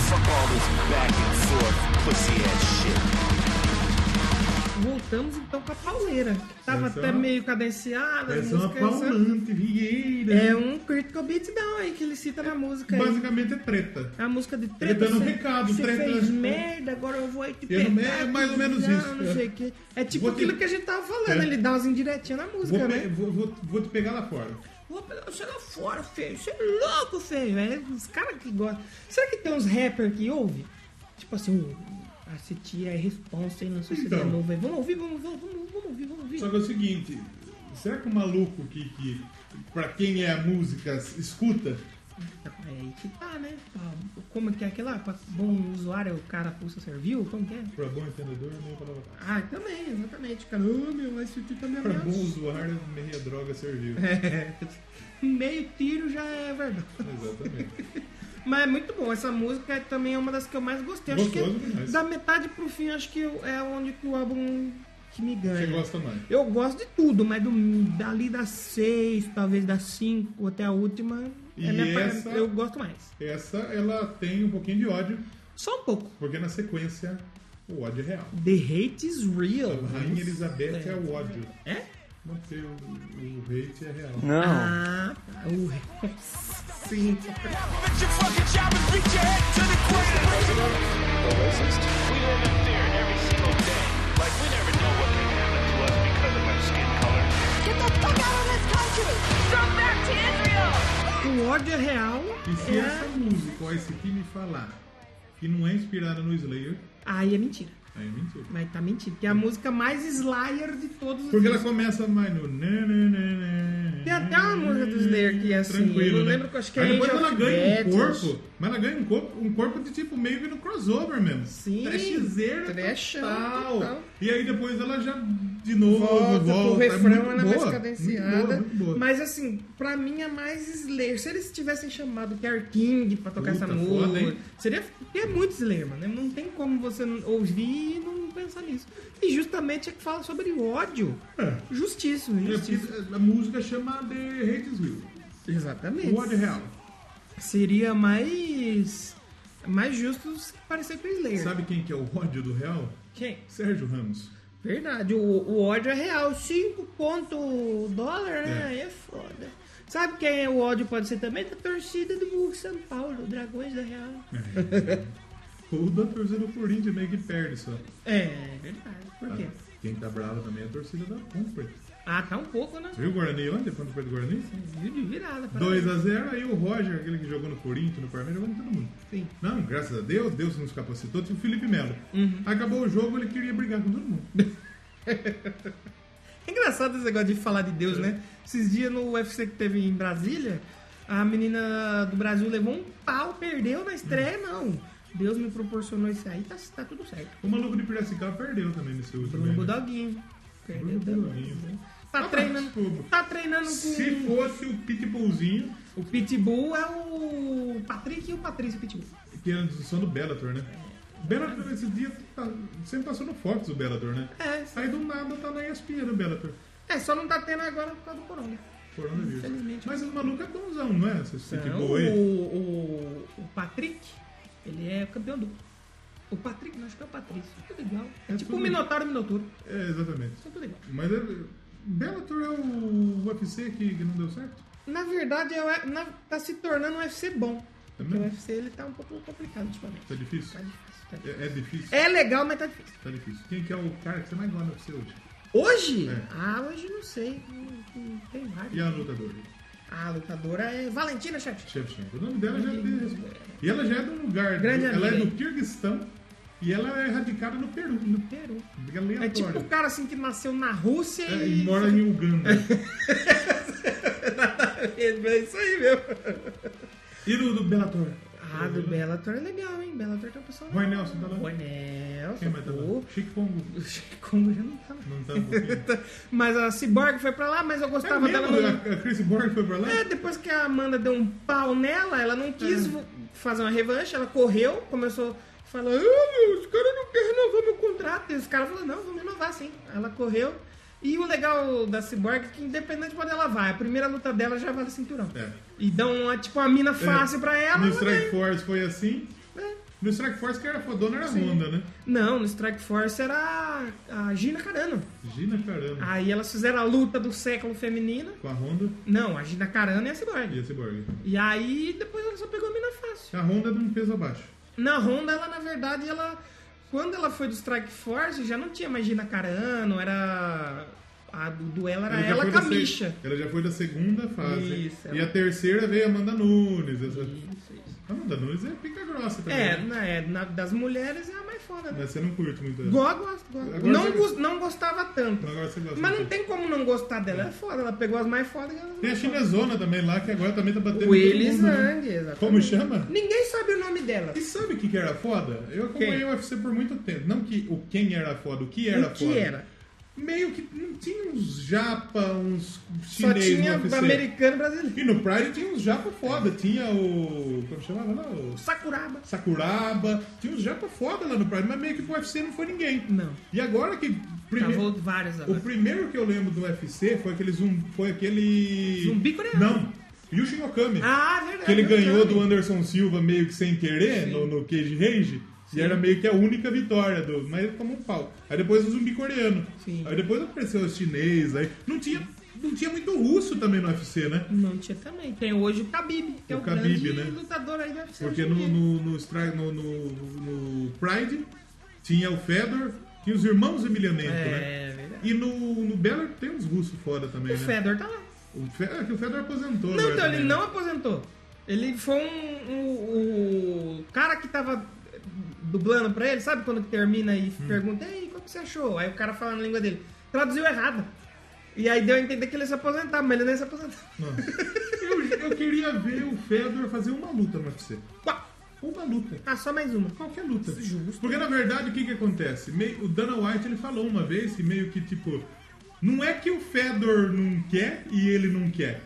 Fuck all this back and forth pussy ass shit. Voltamos então com a pauleira. que Tava Essa é até uma- meio cadenciada. a Essa é uma música, essa- paulante, Vieira. É um critical beatdown aí que ele cita na música. aí. Basicamente é treta. A música de treta. Ele dando um cê- recado, cê treta. fez merda, agora eu vou aí te Eu pegar. não- é mais ou menos não, isso, Não é. sei o quê. É tipo Vou te- aquilo que a gente tava falando, É. ele dá umas indiretinhas na música, Vou, pe- né? vou- vou- vou te pegar lá fora. Vou pegar você lá fora, feio. Você é louco, feio. É, os caras que gostam. Será que tem uns rappers que ouvem? Tipo assim, o- a Citi é responsa e lançou CD Então. novo. aí. Vamos ouvir, vamos, vamos, vamos, vamos ouvir, vamos ouvir. Só que é o seguinte, será que o maluco que, que pra quem é a música, escuta? Então, É aí que tá, né? Pra- Como é que é aquele lá? Pra bom usuário, é o cara pulsa serviu? Como que é? Pra bom entendedor, meia palavra. Ah, também, exatamente. Cara, ô meu, a Citi tá me Pra bom ameaçando. usuário, é meia droga serviu. É. Meio tiro já é verdade. Exatamente. Mas é muito bom. Essa música é também é uma das que eu mais gostei. Acho Gostoso que demais. da metade pro fim, acho que é onde que o álbum que me ganha. Você gosta mais. Eu gosto de tudo, mas do, dali das seis, talvez das cinco até a última, E é a minha essa- parte- eu gosto mais. Essa, ela tem um pouquinho de ódio, Só um pouco. porque na sequência, o ódio é real. The hate is real. Rainha Elizabeth é o ódio. É? Porque o, o hate é real. Ah, tá. o- Sim. But your fucking job is reach your head to the ground. We live in fear every single day. Like, we never know what can happen to us because of our skin color. Get the fuck out of this country! Go back to Israel! O ódio é real. E se é- essa música, ó, esse aqui me falar que não é inspirada no Slayer, Aí é mentira. aí é mentira. Mas tá mentindo. Que é a música mais slayer de todos os Porque ela começa mais no. nananana. Tem até uma música do Slayer que é assim, eu não né? lembro, acho que é Aí depois Angel ela of ganha um Death, corpo, mas ela ganha um corpo, um corpo de tipo meio que no crossover mesmo. Sim, Trashzeira trashão total. total. E aí depois ela já de novo volta, volta, pro é refrão, muito ela é boa, mais cadenciada. Muito boa, muito boa. Mas assim, pra mim é mais Slayer. Se eles tivessem chamado Kerr King pra tocar Puta, essa foda, música, hein? seria porque é muito Slayer, mano. Não tem como você não ouvir e não pensar nisso. E justamente é que fala sobre o ódio. É. Justíssimo, Eu justíssimo. fiz- a música chama The Hates Will. Exatamente. O ódio é real. Seria mais. Mais justo se parecer com Slayer. Sabe quem que é o ódio do real? Quem? Sérgio Ramos. Verdade, o, o ódio é real. 5 ponto dólar, né? É. Aí é foda. Sabe quem é o ódio pode ser também? Da torcida do São Paulo, Dragões da Real. Ou da torcida do Corinthians meio que perde só. É, verdade. Por quê? Quem tá bravo também é a torcida da compra. Ah, tá um pouco, né? Viu o Guarani ontem quando perdeu o Guarani? Viu de virada. parabéns. 2x0, aí o Roger, aquele que jogou no Corinthians, no Palmeiras, jogou em todo mundo. Sim. Não, graças a Deus, Deus nos capacitou, tinha o Felipe Melo. Uhum. Acabou o jogo, ele queria brigar com todo mundo. É engraçado esse negócio de falar de Deus, né? Esses dias no UFC que teve em Brasília, a menina do Brasil levou um pau, perdeu na estreia, não. Deus me proporcionou isso aí, tá, tá tudo certo. O maluco de Piracicaba perdeu também nesse último. Bruno jogo. Budaguinho. Perdeu Bruno também. Budaguinho. Tá Ah, treinando, desculpa. tá treinando com. Se fosse o Pitbullzinho, O Pitbull é o Patrick e o Patrício Pitbull. que era só é do Bellator, né? Bellator, esse dia, tá- sempre passou no Fox o Bellator, né? É, Aí do nada tá na ESPN o Bellator. é só não tá tendo agora por causa do Corona. Coronavírus. Infelizmente. Mas o maluco é bonzão, não é? Esse Então, Pitbull aí. o, o, o Patrick, ele é campeão do. O Patrick, não, acho que é o Patrício. Tudo igual. É, É tipo o tudo- Minotauro e o Minotouro. É, exatamente. São tudo igual. Mas é, Bellator é o UFC que, que não deu certo? Na verdade, é o- na- tá se tornando um UFC bom. Porque Também. o UFC ele tá um pouco complicado ultimamente. Tá difícil? Tá difícil, tá difícil. É, é difícil? É legal, mas tá difícil. Tá difícil. Quem que é o cara que você mais gosta no UFC hoje? Hoje? É. Ah, hoje não sei. Não- não Tem vários. E a lutadora? A lutadora é Valentina Shevchenko. Shevchenko. O nome dela já é de... E ela já é de um lugar... Grande ela é amiga, do Kirguistão e ela é radicada no Peru. No Peru. Aleatório. É tipo o cara assim que nasceu na Rússia É, e. e mora em Uganda. É isso aí mesmo. e do, do Bellator? Ah, do Bellator é legal, hein? Bellator tem um pessoal. Roy Nelson tá lá. O Nelson, Quem mais tá pô. lá? Chico Pongo. O Chico Congo já não tá tá, mais. Não tá um pouquinho? Mas a Cyborg foi pra lá, mas eu É gostava mesmo? dela. No... A, a Chris Borg foi pra lá? É, depois que a Amanda deu um pau nela, ela não É. quis vo- fazer uma revanche, ela correu, começou a falar: "Ah, meu, os caras não querem renovar meu contrato. E os caras falaram: não, vamos renovar sim. Ela correu. E o legal da Cyborg é que, independente de onde ela vai, a primeira luta dela já vale cinturão. É. E dão uma, tipo, uma mina fácil pra ela. No ela ganha. Strike Force foi assim. É. No Strike Force que era fodona era a Honda, né? Não, no Strike Force era a a Gina Carano. Gina Carano. Aí elas fizeram a luta do século feminina. Com a Honda Não, a Gina Carano e a Cyborg. e a Cyborg. E aí depois ela só pegou a mina fácil. A Honda é de um peso abaixo. Na Honda, ela na verdade, ela. Quando ela foi do Strike Force, já não tinha mais Gina Carano, era. A do duelo era ela, foi com a da se- Misha. Ela já foi da segunda fase. Isso, e ela- a terceira veio a Amanda Nunes. Essa... A Amanda Nunes é pica grossa também. É, né? na, é, na- das mulheres é a mais foda, né? Mas você não curte muito ela. Gosto, gosto, gosto. É. Agora Não, você- gos- não gostava tanto. Agora você gosta Mas não muito. tem como não gostar dela. Ela é foda, ela pegou as mais fodas e elas Tem a chinesona também lá, que agora também tá batendo O em todo Elis mundo, né? Zang, exatamente. Como chama? Ninguém sabe o nome dela. E sabe o que, que era foda? Eu acompanhei Quem? o UFC por muito tempo. Não que o quem era foda, o que era O que foda. era? meio que não tinha uns japa, uns Só chinês um tinha É. no UFC. americano e brasileiro. E no Pride tinha uns japa foda, tinha o... como chamava lá? O Sakuraba. Sakuraba, tinha uns japa foda lá no Pride, mas meio que pro UFC não foi ninguém. Não. E agora que... prime- Travou vários O agora. primeiro que eu lembro do UFC foi aquele zum... foi aquele... Zumbi coreano. Não, Yushin Okami. Ah, verdade. Que ele ganhou verdade. do Anderson Silva meio que sem querer no, no Cage Rage. E era meio que a única vitória do. Mas ele tomou um pau. Aí depois o zumbi coreano. Sim. Aí depois apareceu os chinês. Aí não tinha, não tinha muito russo também no UFC, né? Não tinha também. Tem hoje o Khabib, que é O o, Khabib, grande né? lutador aí do UFC. Porque hoje no, em dia. no, no, Strike- no- no- no Pride tinha o Fedor, tinha os irmãos Emilianenko, né? É, verdade. E no, no Beller tem uns russos foda também, O né? Fedor tá lá. O Fe- é que o Fedor aposentou. Não, agora então, ele também, né? não aposentou. Ele foi um, um- O cara que tava dublando pra ele, sabe quando termina e Hum. pergunta, ei, qual que você achou? Aí o cara fala na língua dele, traduziu errado. E aí deu a entender que ele ia se aposentar, mas ele nem se aposentou. Eu, eu queria ver o Fedor fazer uma luta no UFC. Qual? Uma luta. Ah, só mais uma. Qualquer luta. é Porque né? na verdade o que que acontece? Meio- o Dana White ele falou uma vez que meio que tipo. Não é que o Fedor não quer e ele não quer.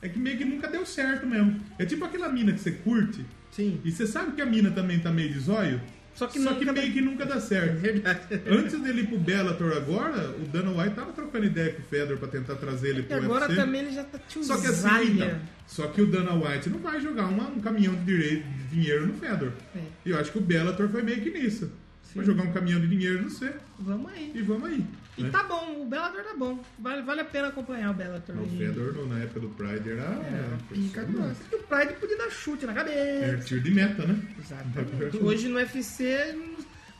É que meio que nunca deu certo mesmo. É tipo aquela mina que você curte. Sim. E você sabe que a mina também tá meio de zóio. Só que Só nunca que dá- meio que nunca dá certo. Verdade. Antes dele ir pro Bellator agora, o Dana White tava trocando ideia com o Fedor pra tentar trazer ele E pro agora UFC. também ele já tá tio Só que assim, então, só que o Dana White não vai jogar uma- um caminhão de, direi- de dinheiro no Fedor. É. E eu acho que o Bellator foi meio que nisso. Vai jogar um caminhão de dinheiro no C Vamos aí. e vamos aí. E né? tá bom, o Bellator tá bom. Vale, vale a pena acompanhar o Bellator. O hoje em dia. Fedor no- na época do Pride era... É, era Pica impressionante. grossa. E o Pride podia dar chute na cabeça. Era tiro de meta, né? Exatamente. Hoje no UFC,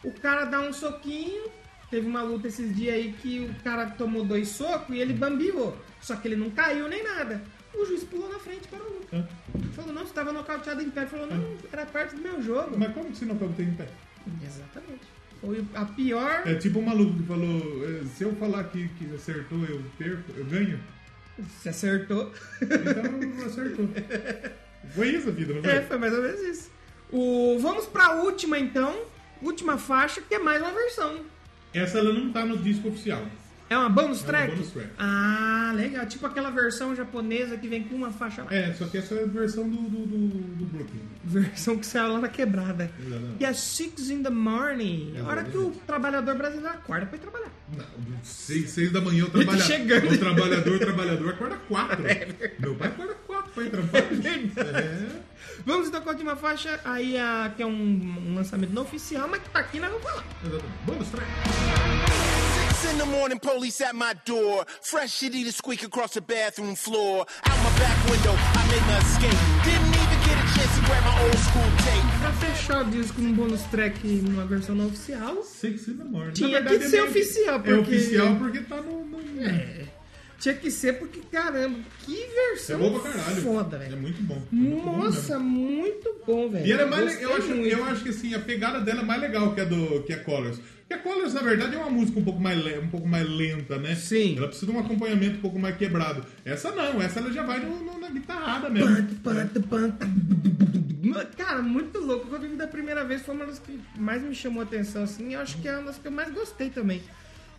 o cara dá um soquinho. Teve uma luta esses dias aí que o cara tomou dois socos Hum. e ele bambiou. Só que ele não caiu nem nada. O juiz pulou na frente para o luta. Hã? Falou, não, você tava nocauteado em pé. Falou, não, era parte do meu jogo. Mas como que você não tem em pé? Exatamente. Foi a pior. É tipo o maluco que falou, "Eh, se eu falar que, que acertou, eu perco, eu ganho. Se acertou. Então acertou. Foi isso, vida, não foi? É, foi mais ou menos isso. O... Vamos pra última então. Última faixa, que é mais uma versão. Essa ela não tá no disco oficial. É uma bonus É uma track? bonus track. Ah, legal. Tipo aquela versão japonesa que vem com uma faixa. lá. É, só que essa é a versão do, do, do, do Brooklyn. Versão que saiu lá na quebrada. Exatamente. E é 6 in the morning. A hora que o Exatamente. trabalhador brasileiro acorda pra ir trabalhar. Não, seis, seis da manhã eu tá trabalho. chegando. É O trabalhador, o trabalhador acorda quatro. Meu pai acorda quatro pra ir trabalhar. É. Vamos então com a última faixa, aí a, que é um, um lançamento não oficial, mas que tá aqui, nós vamos falar. Exatamente. Bonus track. Six in the morning, police at my door. Fresh shitty to squeak across the bathroom floor. Out my back window, I made my escape. Didn't even get a chance to grab my old school tape. Pra fechar o disco num bonus track numa versão não oficial, Seis in the morning. Tinha Na verdade, que é ser meio que- oficial, É porque- oficial porque tá no... no... É. tinha que ser porque, caramba, que É versão bom pra caralho. foda, É velho. muito bom. É muito bom mesmo. Nossa, muito bom, velho. E ela é mais, le- Gostei eu, acho, muito. eu acho que assim, a pegada dela é mais legal que a do que a Colors. Porque a Colors, na verdade, é uma música um pouco mais, le- um pouco mais lenta, né? Sim. Ela precisa de um acompanhamento um pouco mais quebrado. Essa não, essa ela já vai no, no- na guitarrada mesmo. Cara, muito louco. Quando eu vi da primeira vez, foi uma das que mais me chamou a atenção, assim. Eu acho que é uma das que eu mais gostei também.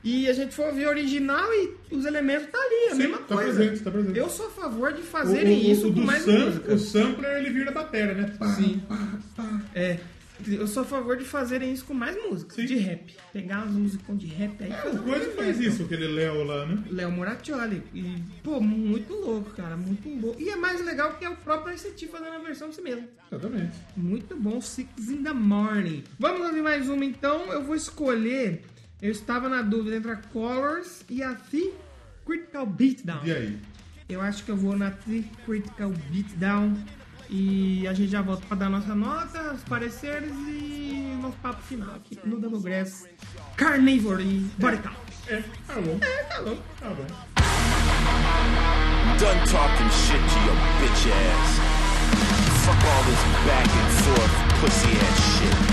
E a gente foi ouvir a original e os elementos tá ali, a Sim, mesma tá coisa. presente, tá presente. Eu sou a favor de O, o, fazerem isso o, o com do mais sam, música. o sampler ele vira batera, né? Pá, Sim. pá, pá. É. Eu sou a favor de fazerem isso com mais músicas, Sim. de rap. Pegar umas músicas de rap aí. O coisa faz isso, aquele Léo lá, né? Léo Moraccioli. E, pô, muito louco, cara. Muito louco. E é mais legal que é o próprio ICT fazendo a versão de si mesmo. Exatamente. Muito bom, Six in the Morning. Vamos ouvir mais uma então. Eu vou escolher. Eu estava na dúvida entre a Colors e a The Critical Beatdown. E aí? Eu acho que eu vou na The Critical Beatdown. E a gente já volta para dar nossa nota, os pareceres e nosso papo final aqui no Demogress. Carnivore e Body Count. É, tá bom, É, tá bom. tá bom. Done talking shit to your bitch ass. Fuck all this back and forth pussy ass shit.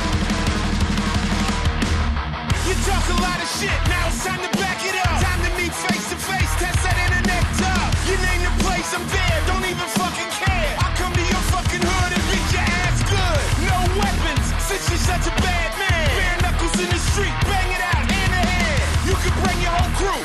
You talk a lot of shit, now it's time to back it up. Time to meet face to face, test that internet up. You name the place, I'm there, don't even fucking care. I'll come to your fucking hood and beat your ass good. No weapons, since you're such a bad man. Bare knuckles in the street, bang it out, hand to hand. You can bring your whole crew,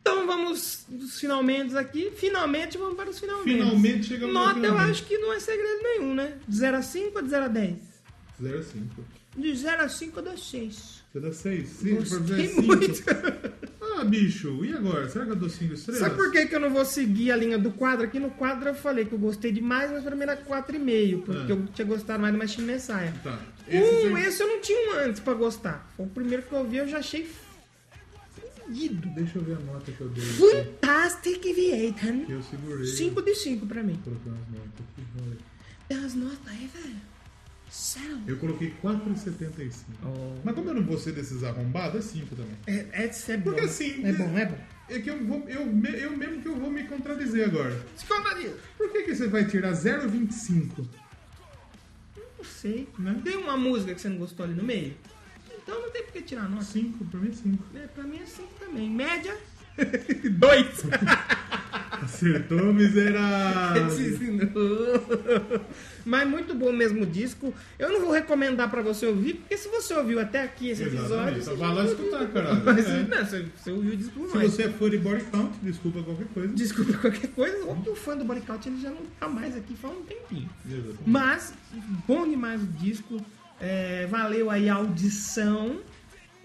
Então, os finalmente aqui. Finalmente vamos para os finalmente. Finalmente chegamos no Nota eu finalmente. acho que não é segredo nenhum, né? De 0 a 5 ou de 0 a 10? 0 a 5. De 0 a 5 eu dou 6. Você dá 6? 5 pra Gostei 5. é muito. Ah, bicho, e agora? Será que eu dou 5 estrelas? Sabe por que, que eu não vou seguir a linha do quadro? Aqui no quadro eu falei que eu gostei demais, mas pra mim era 4,5, porque Ah. eu tinha gostado mais do Machine Messiah. Tá. Esse, um, você- esse eu não tinha um antes pra gostar. Foi o primeiro que eu vi, eu já achei fudido. Deixa eu ver a nota que eu dei. aqui, Fantastic que Vietnam. Eu segurei. 5 de 5 pra mim. Vou colocar umas notas aqui. vai. Das notas aí, é, velho. Sério. Eu coloquei 4,75. Oh. Mas como eu não vou ser desses arrombados, é 5 também. É, é, isso é Porque bom. assim, É bom, é bom. É que eu, vou, eu, me- eu mesmo que eu vou me contradizer agora. Escondaria. Por que, que você vai tirar 0,25? Não sei. Né? Tem uma música que você não gostou ali no meio? Então não tem por que tirar nota. 5, pra mim é 5. É, pra mim é 5 também. Média. 2. Acertou, miserável. Mas muito bom mesmo o disco. Eu não vou recomendar pra você ouvir, porque se você ouviu até aqui esse Exatamente. episódio. Só você vai já lá ouviu. escutar, caralho. Mas, É. não, você, você ouviu o disco Se mais. você é fã de body count, desculpa qualquer coisa. Desculpa qualquer coisa, ou que o fã do Bodycount ele já não tá mais aqui faz um tempinho. Exatamente. Mas, bom demais o disco. é, valeu aí a audição.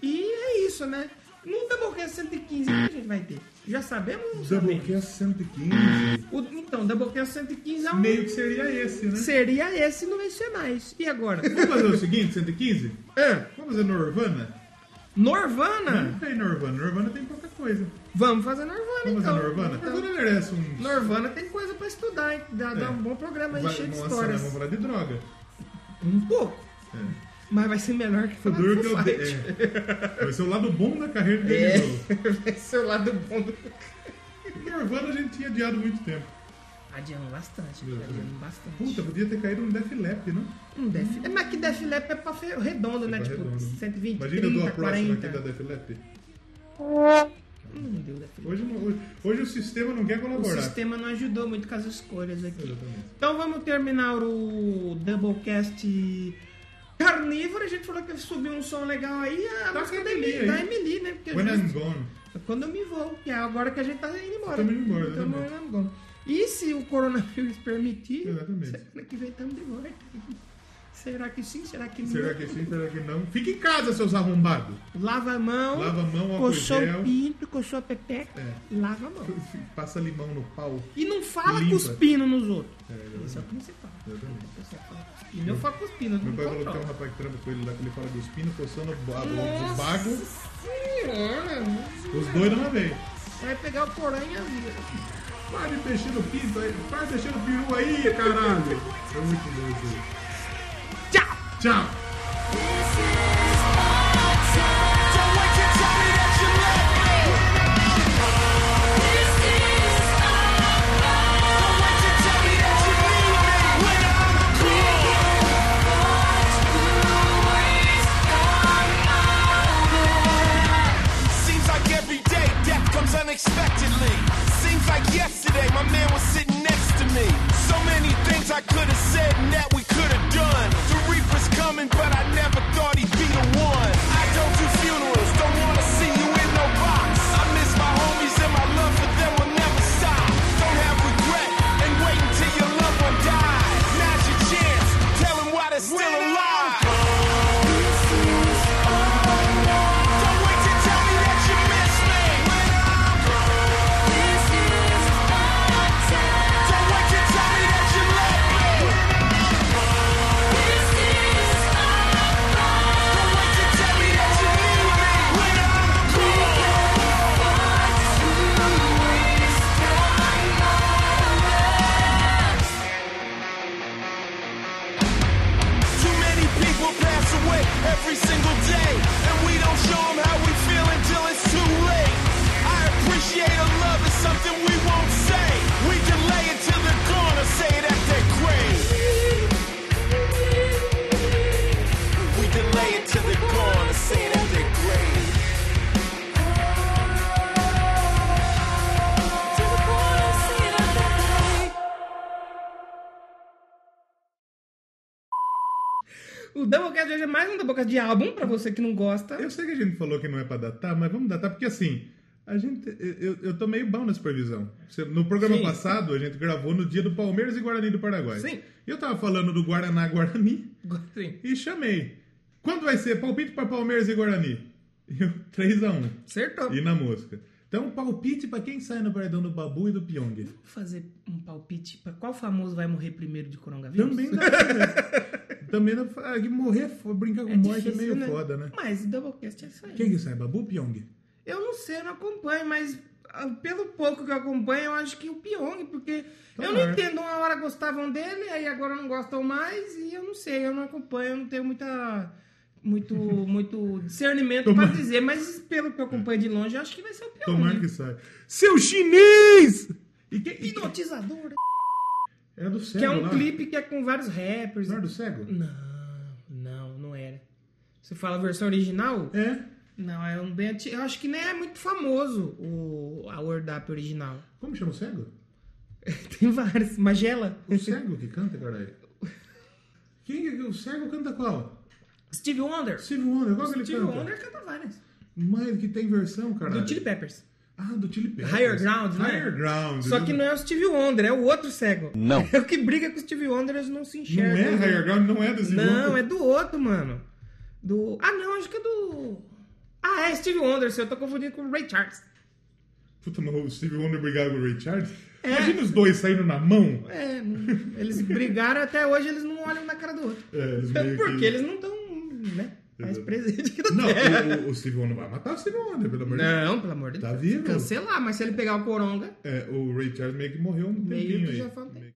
E é isso, né? No Doublecast 115 o que a gente vai ter. Já sabemos ou não é sabemos? Doublecast 115. O, então, Doublecast 115 é um. Meio que seria esse, né? Seria esse no Nacionais. E agora? Vamos fazer o seguinte, 115? Ah, Vamos fazer Norvana? Norvana? Não tem Norvana. Norvana tem pouca coisa. Vamos fazer Norvana Vamos então. fazer Norvana? Então, Norvana merece um... Norvana tem coisa pra estudar, hein? Dá, dá É. um bom programa aí, Vai- cheio de nossa, né, histórias. Vamos falar de droga. Um pouco. É. Mas vai ser melhor que O falar Tá duro do que Foo eu dei. Fighters. é. Vai ser o lado bom da carreira dele. de novo. Vai ser o lado bom do. Nirvana a gente tinha adiado muito tempo. Adiando bastante, Meu Deus. adiando bastante. Puta, podia ter caído no Def Lap, né? Um def... é, Mas que def lap é pra fe- redondo, né? Tá Tipo, redondo. 120, Imagina eu dou a 30, próxima 40. aqui da Def Lap. Não deu def lap. Hoje, não- hoje, hoje o sistema não quer O colaborar. sistema não ajudou muito com as escolhas aqui. Exatamente. Então vamos terminar o Doublecast Carnívoro. A gente falou que subiu um som legal aí. A Tá música com da a Emily Emily, da aí. Emily, né? Porque When justo- I'm Gone. Quando eu me vou, que é agora que a gente tá indo embora. Tamo indo embora, Tamo exatamente. indo embora. E se o coronavírus permitir, Exatamente. semana que vem estamos de volta. Será que sim? Será que não? Será que sim, será que não? Fica em casa, seus arrombados. Lava a mão, Lava a mão, álcool coçou gel. o pinto, coçou a pepeca, É. lava a mão. Passa limão no pau. E não fala Limpa. cuspindo nos outros. É, Esse é o exatamente. principal. Exatamente. Esse é o principal. E meu fala cuspindo, não Meu pai falou que controla. tem um rapaz que trampa com ele lá, que ele fala dos pinos, coçando a bola do bago. Senhora, Os dois não vez. é, né? vai pegar o coronha vida. Para de mexer no pinto aí. Para de mexer no peru aí, caralho. É muito bom isso aí. Tchau! Tchau! Seems like every day death comes unexpectedly. Seems like yesterday my man was sitting next to me. So many things I could have said and that we could have done. The Reaper's coming, but I never thought he'd be the one. I don't do funerals, don't wanna see you in no box. I miss my homies and my love for them will never stop. Don't have regret and wait until your loved one dies. Now's your chance, tell him why they're still alive. Don't wait to tell me that you miss me. Don't wait to tell me that you love me. Don't wait to tell me that you need me when I'm gone. Too many people pass away every single day, and we don't show 'em how we feel until it's too late. I appreciate a love is something we won't say. We delay it till they're gone or say it at their grave. We delay it till they're gone or say it at their grave. O Doublecast de hoje é mais um Doublecast de álbum, pra você que não gosta. Eu sei que a gente falou que não é pra datar, mas vamos datar, porque assim, A gente, eu, eu tô meio bom na supervisão. Você- No programa Sim. passado, a gente gravou no dia do Palmeiras e Guarani do Paraguai. Sim. E eu tava falando do Guaraná Guarani Agora sim. e chamei. Quando vai ser palpite pra Palmeiras e Guarani? E Eu, 3x1. Acertou. E na mosca. Então, palpite pra quem sai no paredão do Babu e do Pyong. Vamos fazer um palpite pra qual famoso vai morrer primeiro de coronavírus? Também dá pra ver. Também dá pra... ah, que Morrer, fo- brincar com morte é difícil, meio foda, né? Mas Doublecast é isso aí. Quem que sai? Babu ou Pyong? Eu não sei, eu não acompanho, mas ah, pelo pouco que eu acompanho, eu acho que o Pyong, porque eu não Tomara. entendo. Uma hora gostavam dele, aí agora não gostam mais, e eu não sei, eu não acompanho, eu não tenho muita. Muito, muito discernimento Tomara. pra dizer, mas pelo que eu acompanho de longe, eu acho que vai ser o Pyong. É. Tomara que sai. Seu chinês! E quem... e- Hipnotizador. né? Era do cego Que é um lá. clipe que é com vários rappers. Não era do cego? Não, não, não era. Você fala a versão original? É. Não, é um bem antigo. Eu acho que nem é muito famoso o, a Word Up original. Como chama o cego? Tem vários. Magela. O cego que canta, caralho. Quem é que o cego canta qual? Steve Wonder. Steve Wonder, qual que ele Steve canta? Wonder canta várias. Mas que tem versão, caralho. Do Chili Peppers. Ah, do Chili Peppers. Higher Ground, né? Higher Ground. Só que não é o Steve Wonder, é o outro cego. Não. É o que briga com o Steve Wonder, eles não se Não enxergam. né? é Higher Ground, não é do Steve Não, Wonder. é do outro, mano. Do. Ah, não, acho que é do. Ah, é Steve Wonder, se eu tô confundindo com o Ray Charles. Puta, mas o Steve Wonder brigava com o Ray Charles? É. Imagina os dois saindo na mão. É, não- eles brigaram até hoje, eles não olham na cara do outro. É, eles Então, meio porque que- eles não estão, né? Mais Exato. presente que não Não, tem. o, o- o Steve Wonder vai matar o Steve Wonder, pelo amor de Deus. Não, pelo amor de Tá Deus. vivo. Cancelar, mas se ele pegar o Coronga, É, o Ray Charles meio que morreu um tempinho meio que aí. já fala um